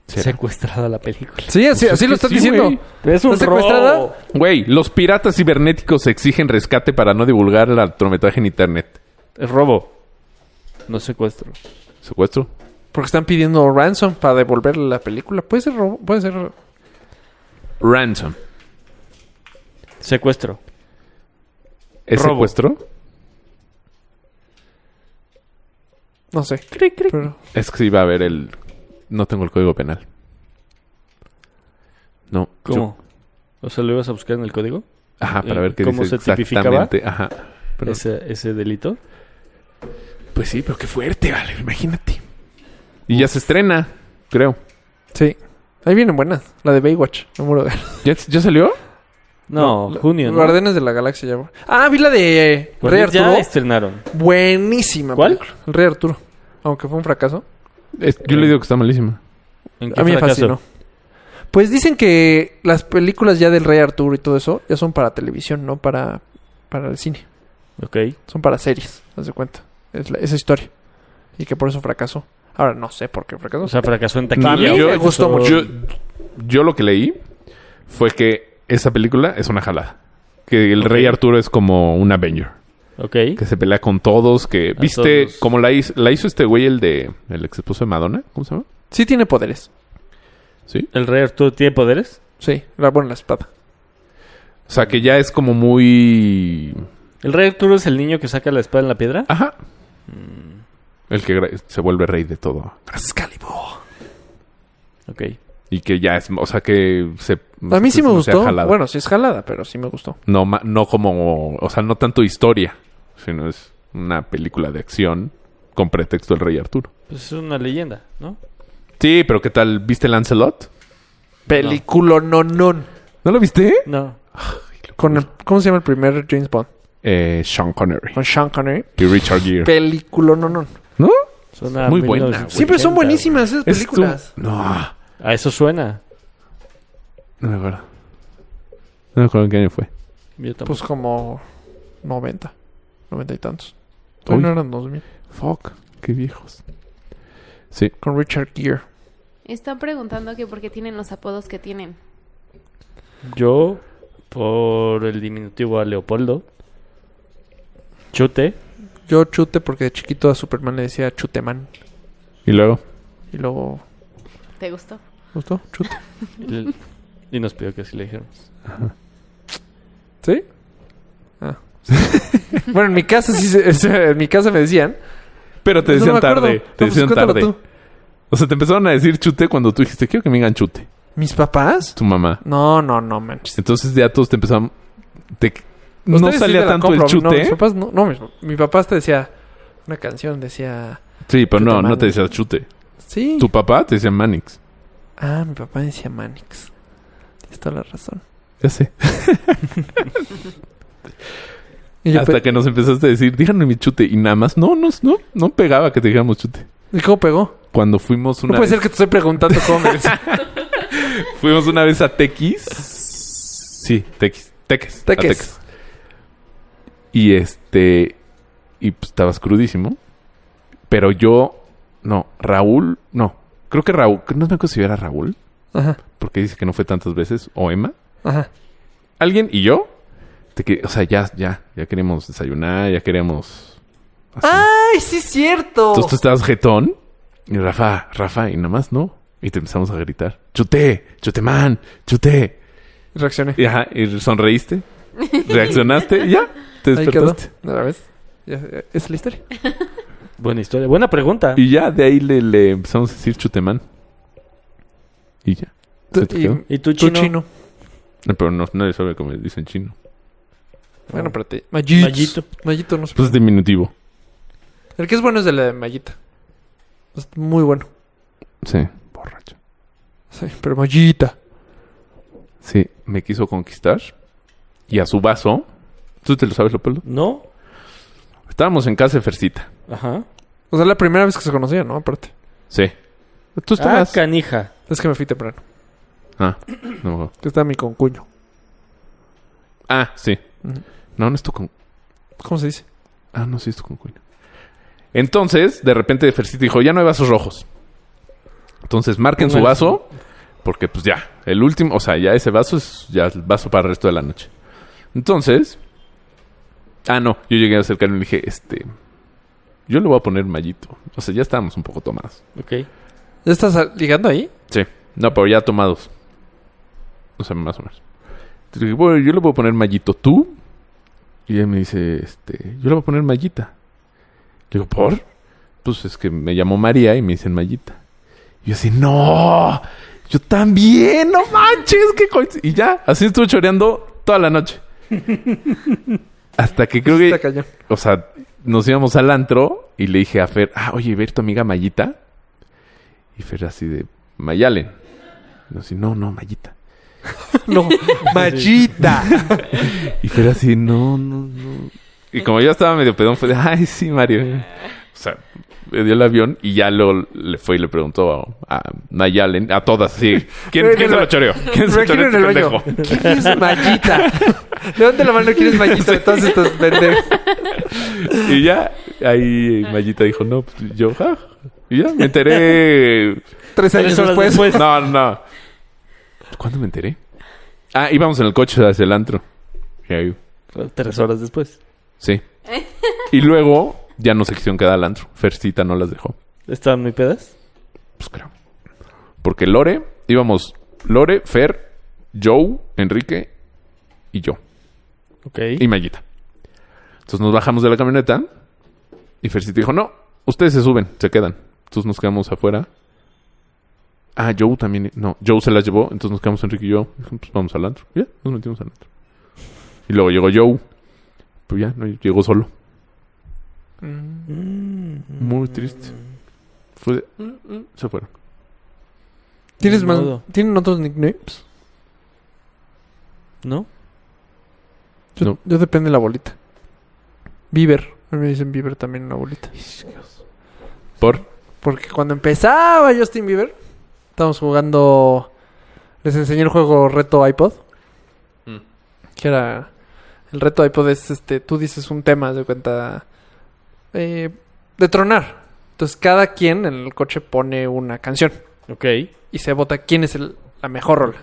C: ¿Será?
A: Secuestrada la película.
B: Sí, así,
C: Pues es
B: así lo
C: que
B: estás
C: sí,
B: diciendo.
C: güey.
A: Es un
B: ¿Está secuestrada?
A: robo.
C: Güey, los piratas cibernéticos exigen rescate para no divulgar el altrometraje en internet.
A: Es robo. No secuestro.
C: ¿Secuestro?
B: Porque están pidiendo ransom para devolverle la película. Puede ser robo, puede ser.
C: Ransom.
A: Secuestro.
C: ¿Es
A: Robo.
C: secuestro?
B: No sé. Pero
C: Es que sí va a haber el... No tengo el código penal. No.
A: ¿Cómo? O sea, ¿lo ibas a buscar en el código?
C: yo- Ajá, para
A: ¿Y
C: ver qué
A: cómo
C: dice
A: se tipificaba?
C: exactamente. Ajá. Pero-
A: Ese, ese delito.
C: Pues sí, pero qué fuerte, vale. Imagínate. Y ya se estrena, creo.
B: sí. Ahí vienen buenas. La de Baywatch. No muero de ganas.
C: ¿Ya, ya salió?
A: No, junio, ¿no?
B: Guardianes de la Galaxia ya. va. Ah, vi la de eh, Rey
A: Guardianes
B: Arturo.
A: ya estrenaron.
B: Buenísima.
A: ¿Cuál?
B: película. El Rey Arturo. Aunque fue un fracaso.
C: Es- yo
A: Eh,
C: le digo que está malísima.
A: ¿En qué
B: A mí me
A: fracaso?
B: fascinó. Pues dicen que las películas ya del Rey Arturo y todo eso ya son para televisión, no para, para el cine.
A: Ok.
B: Son para series, haz de cuenta. Es la- esa historia. Y que por eso fracasó. Ahora no sé por qué fracasó.
A: O sea, fracasó en
C: A mí
A: taquilla.
C: me
B: gustó mucho.
C: Mm, Yo, yo lo que leí fue que esa película es una jalada. Que el Rey Arturo es como un Avenger.
A: Ok.
C: Que se pelea con todos, que... ¿Viste
A: todos.
C: cómo la hizo, la hizo este güey, el de... El ex esposo de Madonna? ¿Cómo se llama?
B: sí tiene poderes.
C: ¿Sí?
A: ¿El rey Arturo tiene poderes?
B: Sí, la buena la espada.
C: O sea, que ya es como muy...
A: ¿El rey Arturo es el niño que saca la espada en la piedra?
C: Ajá.
B: Mm.
C: El que gra- se vuelve rey de todo.
A: Ok.
C: Y que ya es... O sea, que se... pues,
B: A mí sí me
C: no sea
B: gustó.
C: jalada.
B: Bueno, sí es jalada, pero sí me gustó.
C: No, ma- no como... O sea, no tanto historia. Sino es una película de acción con pretexto del Rey Arturo.
A: Pues es una leyenda, ¿no?
C: Sí, pero ¿qué tal? ¿Viste Lancelot?
B: Película no non.
C: ¿No lo viste?
A: No.
B: Con el- ¿Cómo se llama el primer James Bond?
C: Eh, Sean Connery.
B: Con Sean Connery.
C: Y Richard Gere.
B: Película no non.
C: ¿No?
A: Suena
C: Muy
A: a
C: buena,
A: 1980,
B: Siempre son
A: güey.
B: buenísimas esas
C: Es
B: películas.
C: tu- No,
A: A eso suena.
C: no me acuerdo. No me acuerdo en qué año fue.
A: Yo tampoco.
B: Pues como 90. 90 y tantos.
C: Uy.
B: No eran 2000.
C: Fuck, qué viejos. Sí.
B: Con Richard Gere.
F: Están preguntando que por qué tienen los apodos que tienen.
A: Yo, por el diminutivo a Leopoldo. Chute.
B: Yo chute porque de chiquito a Superman le decía Chuteman.
C: Y luego,
B: Y luego
F: ¿Te gustó?
B: ¿Gustó? Chute.
A: El- Y nos pidió que así le dijéramos.
B: ¿Sí? Ah. bueno, en mi casa sí se- o sea, en mi casa me decían.
C: Pero te
B: Pues no
C: decían
B: me acuerdo.
C: tarde.
B: No,
C: Te
B: pues
C: decían
B: cuéntalo
C: tarde.
B: tú.
C: O sea, te empezaron a decir chute cuando tú dijiste, quiero que me digan chute.
B: ¿Mis papás?
C: Tu mamá.
B: No, no, no, manches.
C: Entonces ya todos te empezaban... te- No
B: Ustedes sí
C: salía
B: te la
C: tanto
B: compro.
C: el chute.
B: No, mis papás no. no, mis- mi papá te decía una canción, decía...
C: Sí, pero no,
B: Chute
C: no te
B: Manix.
C: decía chute.
B: Sí.
C: Tu papá te decía Manix.
B: Ah, mi papá decía Manix. Tienes toda la razón.
C: Ya sé.
B: Y yo,
C: Hasta
B: pe-
C: que nos empezaste a decir, díganme mi chute. Y nada más, no, no, no, no pegaba que te dijéramos chute.
B: ¿Y cómo pegó?
C: Cuando fuimos
B: No
C: una
B: puede
C: vez,
B: ser que te estoy preguntando cómo me decía.
C: fuimos una vez a Tequis. Sí, Tequis. Teques. a
B: Teques.
C: Y este. Y pues, estabas crudísimo. Pero yo. No, Raúl. No. Creo que Raúl. No me considera Raúl.
B: Ajá,
C: Porque dice que no fue tantas veces. O Emma.
B: ajá.
C: alguien y yo. te que- o sea, ya, ya, ya queríamos desayunar, ya queríamos. así.
B: ¡Ay, sí es cierto!
C: Entonces tú estabas jetón. Y Rafa, Rafa, y nada más no. Y te empezamos a gritar: ¡Chute! ¡Chute, man! ¡Chute!
B: Reaccioné.
C: Y, ajá, y sonreíste, reaccionaste y ya. Te
B: Ahí quedó.
C: despertaste.
B: ¿No la ves? Ya- ya- Esa es la historia.
A: Buena historia. Buena pregunta.
C: Y ya de ahí le, le empezamos a decir: ¡Chute, man! Y ya. ¿Se te
B: Y-
C: quedó?
A: ¿Y tú,
B: tú
A: chino?
B: chino.
C: No, Pero no, no le sabe cómo le dicen chino.
B: Bueno, pero te... Mallito.
A: Mallito.
B: Mallito no sé.
C: Pues es diminutivo.
B: El que es bueno es de la de Mallita. Es muy bueno.
C: Sí. Borracho.
B: Sí, pero Mallita.
C: Sí, me quiso conquistar. Y a su vaso. ¿Tú te lo sabes, Lopelo?
A: ¿No?
C: Estábamos en casa de Fercita.
A: Ajá.
B: O sea, la primera vez que se conocían, ¿no? Aparte.
C: Sí.
A: Ah,
C: Tú estabas. Ah,
A: canija.
B: Es que me fui temprano.
C: no me acuerdo.
B: Que está mi concuño.
C: Ah, sí.
B: Ujú.
C: No, no es tu con.
B: ¿Cómo se dice?
C: Ah, no, sí es tu concuño. Entonces, de repente Fercita dijo: Ya no hay vasos rojos. Entonces, marquen su
A: Pónganse.
C: vaso. Porque, pues ya, el último. O sea, ya ese vaso es ya el vaso para el resto de la noche. Entonces. Ah, no. Yo llegué a acercarme y le dije: Este. Yo le voy a poner mallito. O sea, ya estábamos un poco tomados.
A: Ok.
B: ¿Ya estás ah, ligando ahí?
C: Sí. No, pero ya tomados. O sea, más o menos. Entonces dije, bueno, yo le voy a poner mallito. ¿Tú? Y él me dice, este, yo le voy a poner mallita. Le digo, ¿por? Pues es que me llamó María y me dicen mallita. Y yo así, no, yo también, no manches, qué coinc-". Y ya, así estuve choreando toda la noche. Hasta que creo que...
B: Está cañón.
C: O sea, nos íbamos al antro y le dije a Fer, ah, oye, ver tu amiga Mayita. Y Fer así de Mayalen. No, así, no, no, Mayita.
B: No, Mallita.
C: Y Fer así, no, no, no. Y como yo estaba medio pedón, fue de, ay, sí, Mario. O sea, me dio el avión y ya lo, le fue y le preguntó a, a Mayalen, a todas, sí. ¿Quién,
B: Güey,
C: quién
B: en
C: se
B: el
C: lo
B: ba-
C: choreó? ¿Quién se
B: Me
C: lo choreó
B: imagino en
C: este
B: el baño.
C: pendejo?
B: ¿Quién es Mallita? Levante la mano, ¿quién es Mallita? Entonces estos pendejos.
C: Y ya, ahí Mayita dijo, no, pues, yo, ja. Y ya, me enteré
B: Tres años
A: Tres horas
B: después.
A: después.
C: No, no. Pues, ¿Cuándo me enteré? Ah, íbamos en el coche hacia el antro. Y ahí-
A: Tres horas después.
C: Sí. Y luego ya no sé qué hicieron quedar al antro. Fercita no las dejó.
A: ¿Estaban muy pedas?
C: Pues creo. Porque Lore, íbamos Lore, Fer, Joe, Enrique y yo.
A: Ok.
C: Y Mayita. Entonces nos bajamos de la camioneta y Fercita dijo, no, ustedes se suben, se quedan. Entonces nos quedamos afuera. Ah, Joe también. No, Joe se las llevó, entonces nos quedamos Enrique y yo. Dijo, Pues vamos al antro. Ya, nos metimos al antro. Y luego llegó Joe. Pues ya, no, llegó solo.
B: Mm.
C: Muy triste. Fue de- Se fueron.
B: ¿Tienes
A: Ni
B: más?
A: modo.
B: ¿Tienen otros nicknames?
A: ¿No?
B: Yo,
C: No.
B: yo depende de la bolita. Bieber. A mí me dicen Bieber también una bolita.
C: Por.
B: Porque cuando empezaba Justin Bieber, estábamos jugando. Les enseñé el juego Reto iPod.
C: Mm.
B: Que era. El reto iPod es este. Tú dices un tema, haz de cuenta. eh, de tronar. Entonces cada quien en el coche pone una canción.
A: Ok.
B: Y se vota quién es el- la mejor rola.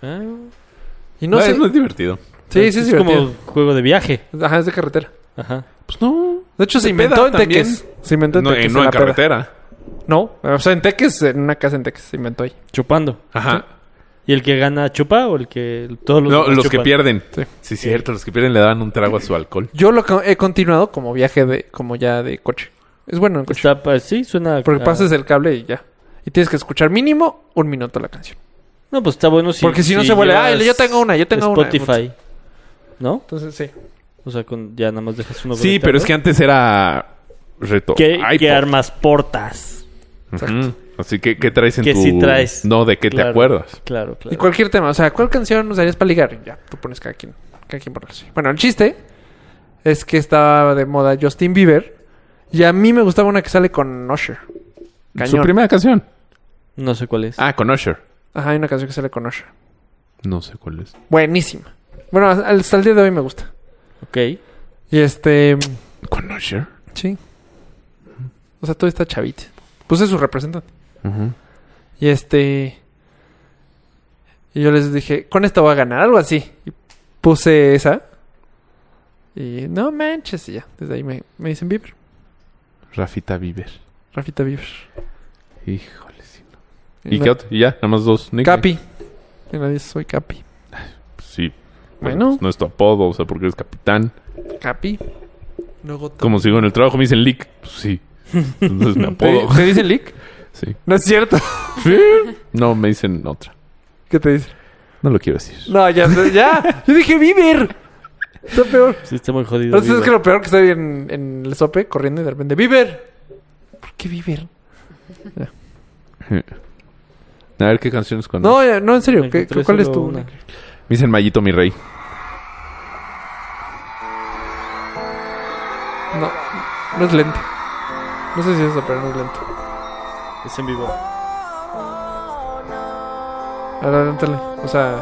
A: Ah, pues
B: Y no
C: Ah,
B: sé.
C: Es muy divertido.
B: Sí, sí,
A: es
B: sí.
A: como juego de viaje.
B: Ajá, es de carretera.
A: Ajá.
C: Pues no.
B: De hecho, se
C: De peda
B: inventó en
C: también.
B: Teques. Se inventó en
C: No, eh,
B: Teques.
C: no en
B: la peda.
C: carretera.
B: No, o sea, en Teques, en una casa en Teques se inventó ahí.
A: Chupando.
C: Ajá.
A: ¿Y el que gana chupa o el que todos los
C: No,
A: demás
C: los que
A: chupan?
C: pierden.
B: Sí.
C: Sí, cierto, los que pierden le daban un trago a su alcohol.
B: Yo lo co- he continuado como viaje de, como ya de coche. Es bueno en coche.
A: Está ah. pa- sí, suena.
B: Porque
A: a-
B: pasas el cable y ya. Y tienes que escuchar mínimo un minuto la canción.
A: No, pues está bueno si.
B: Porque si no se vuelve,
A: llevas
B: "Ay, yo tengo una, yo tengo una".
A: Spotify. ¿No?
B: Entonces, sí.
A: O sea, con, ya nada más dejas uno.
C: Sí, pero es que antes era reto.
A: ¿Qué,
C: iPod.
A: qué armas portas?
C: Ujú. Así que, ¿qué traes en
A: ¿Qué
C: tu...?
A: sí traes?
C: No, ¿de qué te
A: Claro,
C: acuerdas?
A: Claro, claro.
B: Y cualquier tema. O sea, ¿cuál canción usarías para ligar? Ya, tú pones cada quien, cada quien por sí. Bueno, el chiste es que estaba de moda Justin Bieber. Y a mí me gustaba una que sale con Usher.
C: Su
B: Cañón.
C: primera canción.
A: No sé cuál es.
C: Ah, con Usher.
B: Ajá, hay una canción que sale con Usher.
C: No sé cuál es.
B: Buenísima. Bueno, hasta el día de hoy me gusta.
A: Ok.
B: Y este...
C: ¿Con Usher?
B: Sí. O sea, todo está chavita. Puse su representante. Y este. Y yo les dije, con esta voy a ganar, algo así. Y puse esa. Y no manches, y ya. Desde ahí me, me dicen Bieber.
C: Rafita Bieber.
B: Rafita Bieber.
C: Híjole, sí. ¿Y
B: no-
C: qué otro? Y ya, nada más dos. nicknames.
B: Capi. Y nadie dice, soy Capi.
C: Sí.
B: Bueno.
C: Bueno. pues no es tu apodo, o sea, porque eres capitán.
B: Capi. Luego te-
C: Como sigo en el trabajo, me dicen Lick. Pues sí. Entonces me
B: ¿Te,
C: apodo.
B: ¿Te dicen Lick?
C: Sí.
B: No es cierto.
C: No, me dicen otra.
B: ¿Qué te dicen?
C: No lo quiero decir.
B: No, ya, ya. Yo dije Bieber. Está peor.
A: Sí, está muy jodido.
B: Pero es
A: vivo.
B: que lo peor que estoy en, en el sope corriendo y de repente, ¡Bieber! ¿Por qué Bieber?
C: A ver qué canciones con...
B: No, ya, no, en serio,
A: Me
B: ¿qué-
A: encontré
B: ¿cuál es
A: solo
B: tu?
A: una.
C: Me dicen Mayito, mi rey.
B: No, no es lento. No sé si es eso, pero no es lento.
A: Es en vivo.
B: Adelántale, o sea,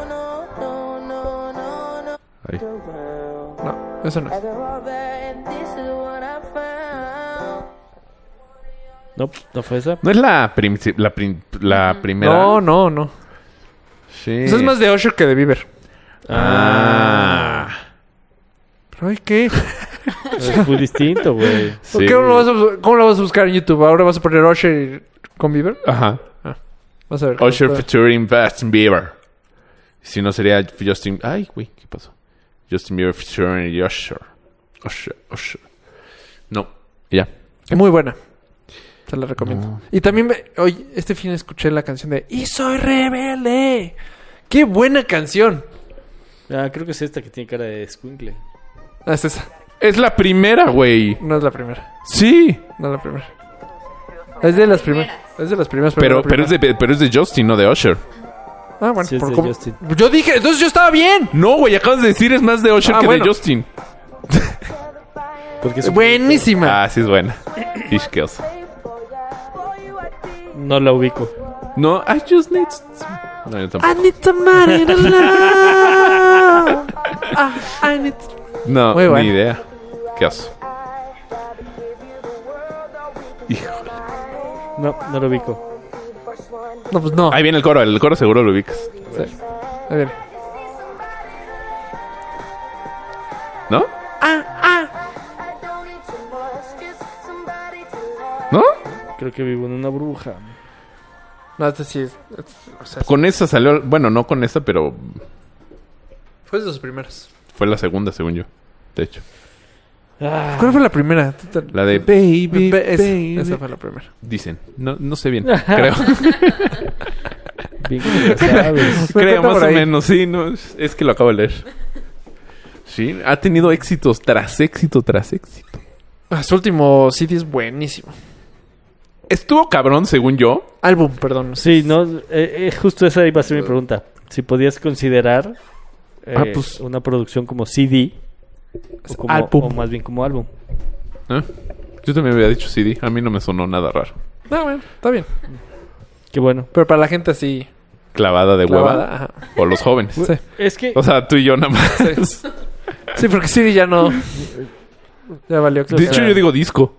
C: Ahí.
B: no, eso no es.
A: No, no fue esa.
C: No es la, princi- la, prim- la primera.
B: No, no, no.
C: Sí.
B: Eso es más de Usher que de Bieber.
C: Ah.
B: Pero, ay, ¿qué?
A: Es muy distinto, güey.
B: ¿Por
C: sí.
B: qué no lo vas a bus- ¿Cómo lo vas a buscar en YouTube? ¿Ahora vas a poner Usher y- con Bieber?
C: Ajá.
B: Vas a ver.
C: Usher
B: Pero-
C: featuring Justin Bieber. Si no sería Justin... Ay, güey, ¿qué pasó? Justin Bieber featuring Usher. Usher, Usher. No, ya.
B: Muy buena. Te la recomiendo. Y también, me- hoy, este fin escuché la canción de Y soy rebelde. ¡Qué buena canción!
A: Ah, creo que es esta que tiene cara de squinkle.
B: Ah, es esa.
C: Es la primera, güey.
B: No es la primera.
C: Sí.
B: No es la primera. Es de las primeras. Es de las primeras.
C: Pero,
B: no la
C: pero, es de, pero es de Justin, no de Usher.
B: primera. Ah, bueno.
A: Sí, es
B: por
A: de
B: cómo-
A: Justin.
B: Yo dije, entonces yo estaba bien.
C: No, güey, acabas de decir es más de Usher
B: Ah,
C: que
B: bueno.
C: de Justin.
A: Porque es
B: Buenísima.
C: Ah, sí es buena. Ishkels.
A: No la ubico.
C: No, I just need... No, yo tampoco.
B: I need somebody to love. Ah, I need...
C: No,
B: Muy buena.
C: ni idea. ¿Qué oso. Híjole.
A: No, no la ubico.
B: No, pues no.
C: Ahí viene el coro, el coro seguro lo ubicas.
B: A ver.
C: ¿No?
B: Ah,
C: ¿No?
A: Creo que vivo en una bruja.
B: No, este sí es... este- o sea,
C: Con esa salió. Bueno, no con esa, pero
B: fue de las primeras.
C: fue la segunda, según yo. De hecho.
A: Ah,
B: ¿Cuál fue la primera? Tú te-
C: La de Baby.
B: Pe- esa-
C: baby.
B: esa fue la primera.
C: Dicen. No, no sé bien. Creo.
A: bien que la sabes.
B: Me
C: Creo,
B: encanta
C: más
B: por
C: o
B: ahí.
C: menos. Sí, no, es es que lo acabo de leer. Sí, ha tenido éxitos tras éxito tras éxito.
B: Ah, su último CD es buenísimo.
C: Estuvo cabrón, según yo.
B: Álbum, perdón.
A: Sí, no, eh, eh, justo esa iba a ser mi pregunta. Si podías considerar eh,
B: Ah, pues.
A: una producción como CD o, como-
B: álbum.
A: o más bien como álbum.
C: ¿Eh? Yo también había dicho CD. A mí no me sonó nada raro.
B: No, Ah, bueno, está bien.
A: Qué bueno.
B: Pero para la gente así...
C: Clavada de
B: clavada,
C: hueva.
B: ajá.
C: O los jóvenes.
B: Sí.
A: Es que
C: O sea, tú y yo nada más.
B: Sí, porque CD ya no... Ya valió.
C: De hecho,
A: sea-
C: yo digo disco.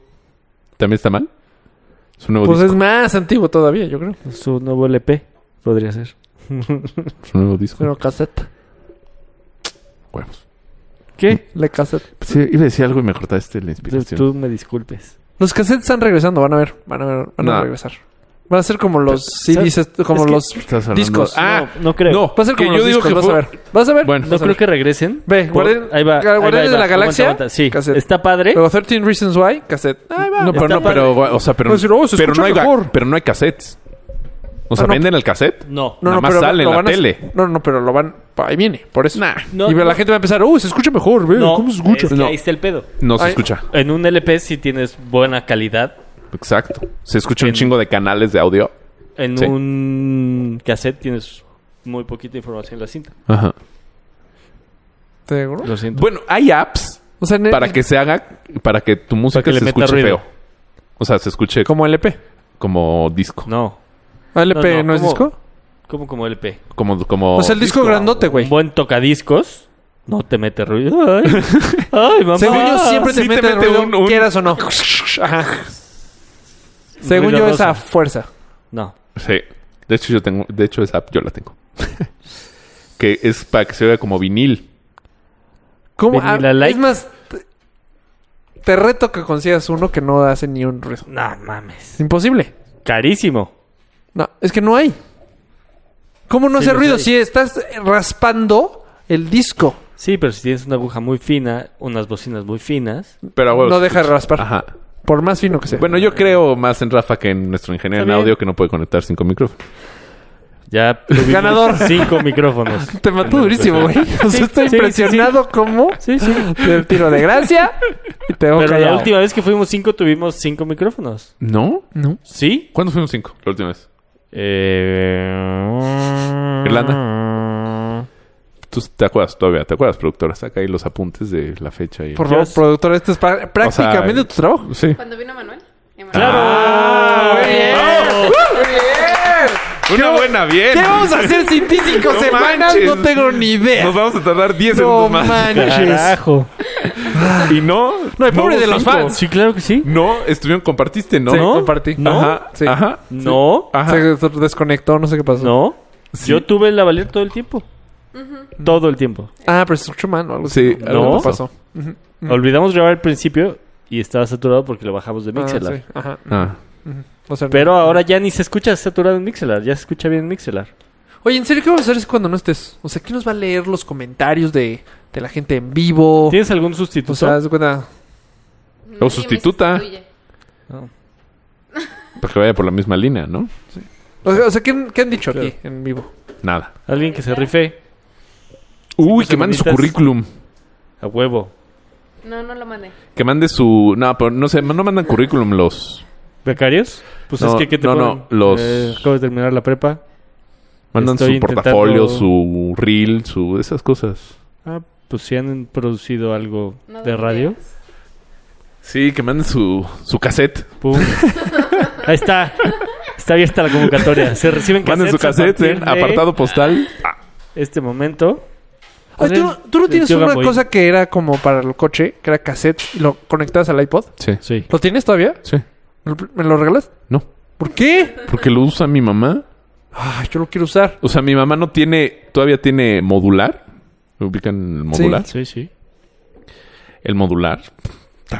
C: ¿También está mal? Es un nuevo
B: Pues
C: disco.
B: es más antiguo todavía, yo creo.
A: su nuevo LP podría ser.
C: Es un nuevo disco.
B: Pero cassette.
C: Huevos.
A: ¿Qué?
B: Le cassette.
C: Sí, iba a decir algo y me cortaste la inspiración.
A: Tú me disculpes.
B: Los cassettes están regresando, van a ver, van a ver, van a
C: No.
B: regresar. Van a ser como los CDs,
A: ¿sabes?
B: est- como
A: Es que-
B: los
C: Estás hablando-
B: discos.
C: Ah,
A: No, no creo.
C: No,
B: Va a ser como
C: que
B: los
C: yo digo
B: discos,
C: que
B: vas
C: fue-
B: a ver. Vas a ver.
C: Bueno.
A: No creo que regresen.
B: Ve,
A: Por-
B: Guardián-
A: ahí va. ahí va, ahí
B: Guardianes de
A: va.
B: la Galaxia,
A: Aguanta, aguanta. Sí.
B: cassette.
A: Está padre.
B: Luego 13 Reasons Why, cassette. Ahí va.
C: No, pero
A: Está
C: no, pero, o sea, pero,
B: Pues, luego se
C: pero
B: escucha
C: no hay, ga-
B: mejor.
C: pero no hay cassettes. O sea,
B: Ah, no.
C: ¿venden el cassette?
A: No.
B: No,
C: Nada
B: no,
C: más
B: pero
C: sale en
B: lo
C: la
B: van a-
C: tele.
B: No, no, pero lo van. Ahí viene, por eso.
C: Nah.
A: No,
B: y la
A: no.
B: gente va a pensar, uy, se escucha mejor, ve,
A: No,
B: ¿cómo se escucha?
A: es que
B: No.
A: ahí está el pedo.
C: No se
B: Ay.
C: escucha.
A: En un LP si tienes buena calidad.
C: Exacto. Se escucha
A: En-
C: un chingo de canales de audio.
A: En
C: Sí.
A: un cassette tienes muy poquita información en la cinta.
C: Ajá.
B: ¿Seguro?
A: Lo siento.
C: Bueno, hay apps
B: O sea, en-
C: para que se haga, para que tu música
A: que le
C: se
A: meta
C: escuche
A: ruido.
C: feo. O sea, se escuche
B: Como LP.
C: como disco.
A: No.
B: ¿LP
A: No,
B: no,
A: no,
B: es
A: como-
B: disco?
A: ¿Cómo como LP?
C: Como, como.
B: o sea, el disco, grandote, güey.
A: Un buen tocadiscos. No te mete ruido. Ay, Ay, mamá.
B: Según yo, siempre
C: sí
B: te
C: te
B: mete,
C: mete
B: ruido,
C: un- un-
B: quieras o no. Ajá. Según
A: Ruido
B: yo, es a
A: rosa.
B: fuerza.
A: No.
C: Sí. De hecho, yo tengo. De hecho, esa app yo la tengo. que es para que se oiga como vinil.
B: ¿Cómo?
A: Vinila
B: Ah,
A: like.
B: Es más, te, te reto que consigas uno que no hace ni un ruido.
A: No mames.
B: Es imposible.
A: Carísimo.
B: No, es que no hay. ¿Cómo no
A: Sí,
B: hace
A: los
B: ruido?
A: hay.
B: Si estás raspando el disco.
A: Sí, pero si tienes una aguja muy fina, unas bocinas muy finas.
C: Pero a huevo
B: No
C: se
B: deja de
C: escucha.
B: raspar.
C: Ajá.
B: Por más fino que sea.
C: Bueno, yo creo más en Rafa que en nuestro ingeniero en
A: Está bien.
C: audio que no puede conectar cinco micrófonos.
A: Ya tuvimos
B: Ganador.
A: cinco micrófonos.
B: te
C: Ah,
B: mató durísimo,
C: pues,
B: güey. O sea,
A: Sí,
B: estoy
A: sí, sí,
B: impresionado como
A: Sí, sí.
B: te doy un tiro de gracia y te dejo
A: Pero la
B: callado.
A: última vez que fuimos cinco tuvimos cinco micrófonos.
C: ¿No?
B: No.
A: ¿Sí?
C: ¿Cuándo fuimos cinco? La última vez.
A: Eh...
C: Irlanda. Tú te acuerdas todavía, ¿te acuerdas, productora? Saca ahí los apuntes de la fecha. Y...
B: Por favor,
A: Yo-
B: productor, esto es pa- prácticamente tu trabajo.
C: Sí.
F: Cuando vino Manuel. Emanuel.
A: ¡Claro! Ah,
B: Ah, muy bien.
A: ¡Bravo!
C: Una buena, bien.
B: ¿Qué vamos a hacer sin ti cinco
C: No
B: semanas?
C: manches.
B: No tengo ni idea.
C: Nos vamos a tardar 10
B: no
C: segundos más.
B: manches.
A: ¡Carajo!
C: Y no.
B: No, y pobre
C: hubo
B: de los
C: cinco.
B: fans.
A: Sí, claro que sí.
C: No, estuvieron, compartiste, ¿no?
B: Sí,
A: ¿No?
B: compartí.
A: ¿No? Mm.
C: Ajá.
B: Sí.
C: Ajá.
A: No.
C: Ajá.
B: Se desconectó, no sé qué pasó.
A: No.
C: Sí.
A: Yo tuve el lavalier todo el tiempo. Todo el tiempo.
B: Ah, pero se escuchó mal o algo
C: Sí,
B: así. Algo
A: ¿no?
B: pasó.
C: Mm.
A: Olvidamos grabar al principio y estaba saturado porque lo bajamos de
B: Ah,
A: Mixelar.
B: sí, ajá.
C: Ah.
B: O sea,
A: Pero ahora ya ni se escucha saturado en Mixelar, ya se escucha bien en Mixelar.
B: Oye, ¿en serio qué vamos a hacer es cuando no estés? O sea, ¿quién nos va a leer los comentarios de, de la gente en
C: Oh.
B: vivo?
A: ¿Tienes algún sustituto?
B: O sea, haz de cuenta.
F: Nadie
C: O
F: me
C: sustituta.
F: sustituye.
C: Para pues que vaya por la misma línea, ¿no?
B: O sea, o sea, ¿qué, han- qué han dicho
A: Claro.
B: aquí en vivo?
C: Nada.
A: Alguien que se rife
C: Uy,
A: Cinco
C: que mande su
A: semanitas.
C: currículum.
A: a huevo.
F: No, no lo mandé.
C: Que mande su. No, pero no sé, no mandan currículum los.
A: ¿Becarios? Pues
C: No,
A: es que ¿qué te
C: no,
A: ponen?
C: no, los-
A: Eh, acabo de terminar la prepa.
C: Mandan
A: Estoy
C: su portafolio,
A: intentando-
C: su reel, su. esas cosas.
A: Ah, pues si han producido algo
F: No
A: de radio.
F: deberías.
C: Sí, que manden su, su cassette.
A: Pum. Ahí está. Está abierta la convocatoria. Se reciben
C: Manden su
A: cassettes a
C: cassette en
A: partir de
C: apartado postal.
A: Este momento.
B: Oye, ¿tú, no- Pues tú no
A: El
B: tienes
A: tío
B: una
A: Gamboín.
B: cosa que era como para el coche, que era cassette y lo conectabas al iPod?
C: Sí. Sí.
A: Sí.
B: ¿Lo tienes todavía? ¿Me lo regalas?
C: No.
B: ¿Por qué?
C: Porque lo usa mi mamá.
B: Ay, yo lo quiero usar.
C: O sea, mi mamá no tiene. Todavía tiene modular. ¿Me ubican el modular?
A: Sí, sí.
C: El modular.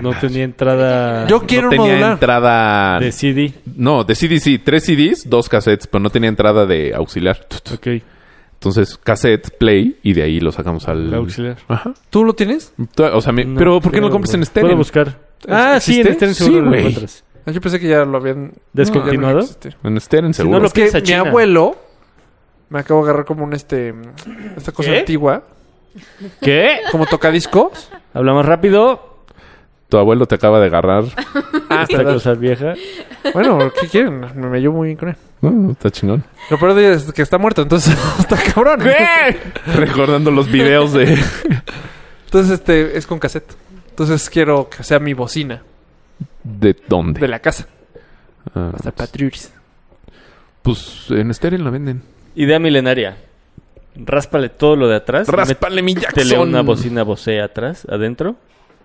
A: No tenía entrada
B: Yo quiero
C: no
B: un
C: tenía
B: modular.
C: entrada.
A: de CD.
C: No, de CD, sí. Tres CDs, dos cassettes, pero no tenía entrada de auxiliar.
A: Ok.
C: Entonces, cassette, play, y de ahí lo sacamos al.
A: La auxiliar.
C: Ajá.
B: ¿Tú lo tienes?
C: Tú- O sea, me- pero ¿por qué no lo
A: creo,
C: compras
A: güey.
C: en estéreo?
A: Puedo buscar. Ah, sí, en
C: ¿Existe?
A: estéreo
C: Sí,
A: seguro lo
C: güey.
A: encuentras.
B: Ah, Yo pensé que ya lo habían...
A: ¿Descontinuado?
B: No, ya no existe.
C: En estéreo, en seguro.
A: no lo-
B: es que
A: piensa
B: mi
A: China.
B: abuelo me acabo de agarrar como un este... Esta cosa
A: ¿Qué?
B: antigua.
A: ¿Qué?
B: Como tocadiscos.
A: Habla más rápido.
C: Tu abuelo te acaba de agarrar.
A: Esta cosa vieja.
B: Bueno, ¿qué quieren? Me, me llevo muy bien con él.
C: No, está chingón.
B: Lo peor de es que está muerto, entonces está cabrón.
C: Recordando los videos de.
B: Entonces, este, es con cassette. Entonces quiero que sea mi bocina
C: ¿De dónde?
B: de la casa.
C: Ah,
B: Hasta Patrullis.
C: pues en estéreo la venden.
A: Idea milenaria. Ráspale todo lo de atrás.
C: Raspale mi
A: Métele
C: Jackson.
A: una bocina Bose atrás, adentro.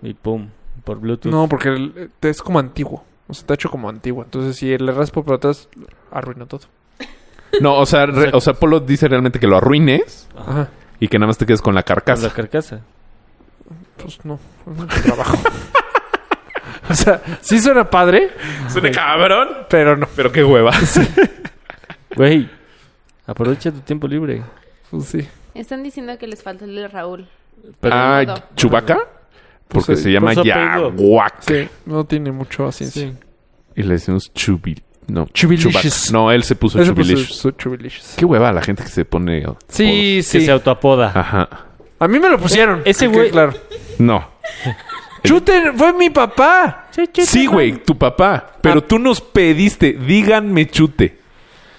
A: Y pum. Por Bluetooth.
B: No, porque el- eh, es como antiguo. O sea, está hecho como antiguo. Entonces, si le raspo por atrás, arruino todo.
C: No, o sea, re- o sea, Polo dice realmente que lo arruines
B: Ajá.
C: y que nada más te quedes con la
A: Con la
C: carcasa.
A: carcasa.
B: Pues no, es mucho trabajo. O sea, sí suena padre,
C: Suena cabrón,
B: pero no.
C: pero qué hueva.
A: Güey, aprovecha tu tiempo libre.
B: Pues sí.
F: Están diciendo que les falta el de Raúl.
A: Pero-
C: ah, Chubaca.
B: Pues,
C: Porque
B: eh,
C: se llama
A: por su apellido.
C: Yaguac.
B: Sí, no tiene mucho ciencia.
A: Sí.
C: Y le decimos Chubil. No,
B: Chubilicious.
C: Chubac. No, él se puso
B: Ese, pues,
C: Chubilicious.
B: es- es Chubilicious.
C: Qué hueva la gente que se pone. apodos.
B: Sí,
A: Que
B: sí.
A: se autoapoda.
C: Ajá.
B: A mí me lo pusieron.
A: Ese
B: que quede
A: güey-
B: Claro.
C: No.
B: Chuten, fue mi papá.
C: Sí, güey, tu papá. Pero tú nos pediste, díganme chute.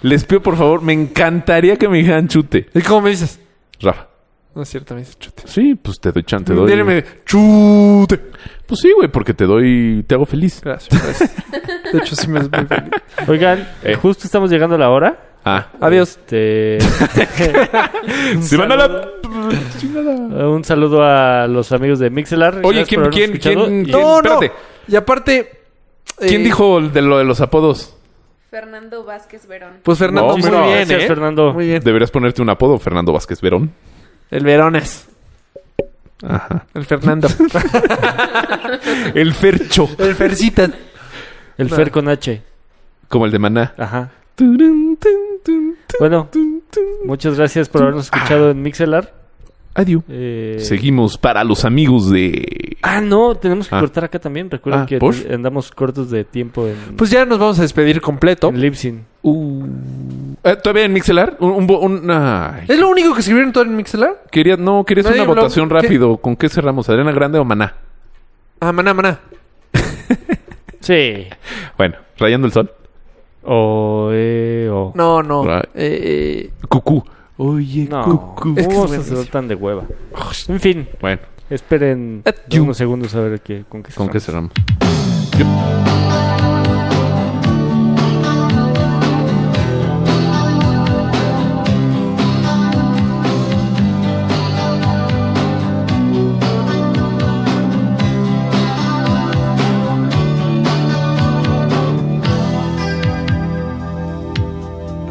C: Les pido, por favor, me encantaría que me dijeran chute.
B: ¿Y cómo me dices?
C: Rafa.
B: No es cierto, me dices chute.
C: Sí, pues te doy chan, te doy.
B: Viene y me dice, chute.
C: Pues sí, güey, porque te doy, te hago feliz.
B: Gracias, gracias. De hecho, sí me es muy feliz.
A: Oigan,
C: Eh.
A: justo estamos llegando a la hora.
C: Ah,
B: Adiós.
A: Este,
C: se van a la.
A: un saludo a los amigos de Mixelar.
C: Oye,
A: Gracias
C: ¿quién-
A: por habernos
C: quién-
A: escuchado.
C: quién-
A: Y-
C: quién-
B: No, no.
C: espérate.
B: Y aparte.
C: ¿Quién
B: eh,
C: dijo el de lo de los apodos?
F: Fernando Vázquez Verón.
B: Pues Fernando,
C: No,
B: muy
C: pero-
B: bien,
A: Gracias,
B: ¿eh?
A: Fernando.
B: Muy bien.
C: Deberías ponerte un apodo, Fernando Vázquez Verón.
B: El Verones.
C: Ajá.
B: El Fernando.
C: El Fercho.
B: el Fercita.
A: El Fer con H.
C: Como el de Maná.
A: Ajá.
C: Turun, tun, tun, tun,
A: Bueno,
C: tun, tun.
A: muchas gracias por habernos escuchado
C: Ah.
A: en Mixelar.
C: Adiós.
A: Eh,
C: Seguimos para los amigos de.
A: Ah, no, tenemos que
C: Ah.
A: cortar acá también. Recuerden
C: Ah,
A: que
C: ¿por?
A: te- andamos cortos de tiempo en,
B: Pues ya nos vamos a despedir completo.
A: en Libsyn.
C: Uh. Eh, ¿Todavía en Mixelar? Un, un, bo- un- ay.
B: ¿Es lo único que escribieron todo en Mixelar?
C: Quería, no, querías
B: Nadie
C: una
B: habló.
C: votación
B: ¿Qué?
C: rápido. ¿Con qué cerramos? ¿Adriana Grande o Maná?
B: Ah, maná, maná.
A: Sí.
C: Bueno, rayando el sol.
A: O, eh, o.
B: No, no.
C: Right.
B: Eh, eh,
C: Cucú. Oye,
A: No,
C: cucú.
B: Es que es
A: ¿Cómo se
B: buenísimo.
A: tratan de hueva? En fin,
C: Bueno,
A: esperen
B: At you.
A: unos segundos a ver qué, con qué
C: ¿con
A: cerramos.
C: qué cerramos?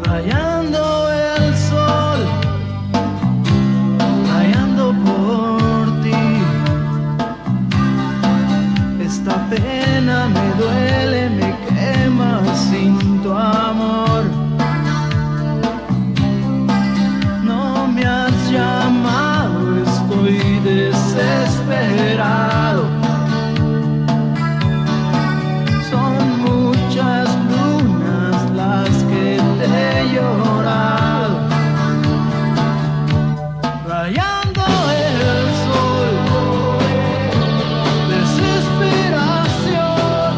G: Rayando el sol, rayando por ti. Esta pena me duele, me quema sin tu amor. No me has llamado, estoy desesperado. Son muchas lunas las que te he llorado, rayando el sol, desesperación.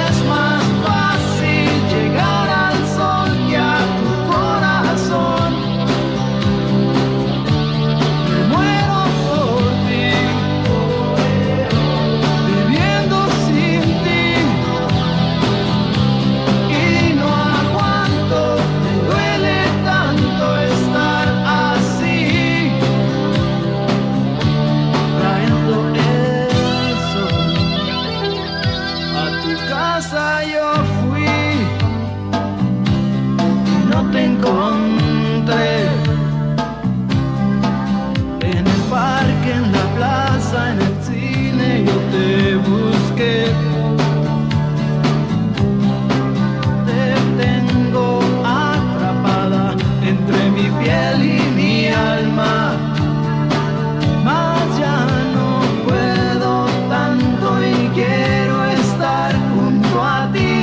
G: Es más fácil llegar al sol que a tu corazón. Me muero por ti. Viviendo sin ti y no aguanto, me duele tanto estar así, trayendo eso. A tu casa yo fui y no te encontré. En el parque, en la plaza, en el cine yo te busqué. Te tengo atrapada entre mi piel y mi alma. Más ya no puedo tanto y quiero estar junto a ti.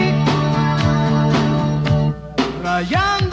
G: Rayando Oh,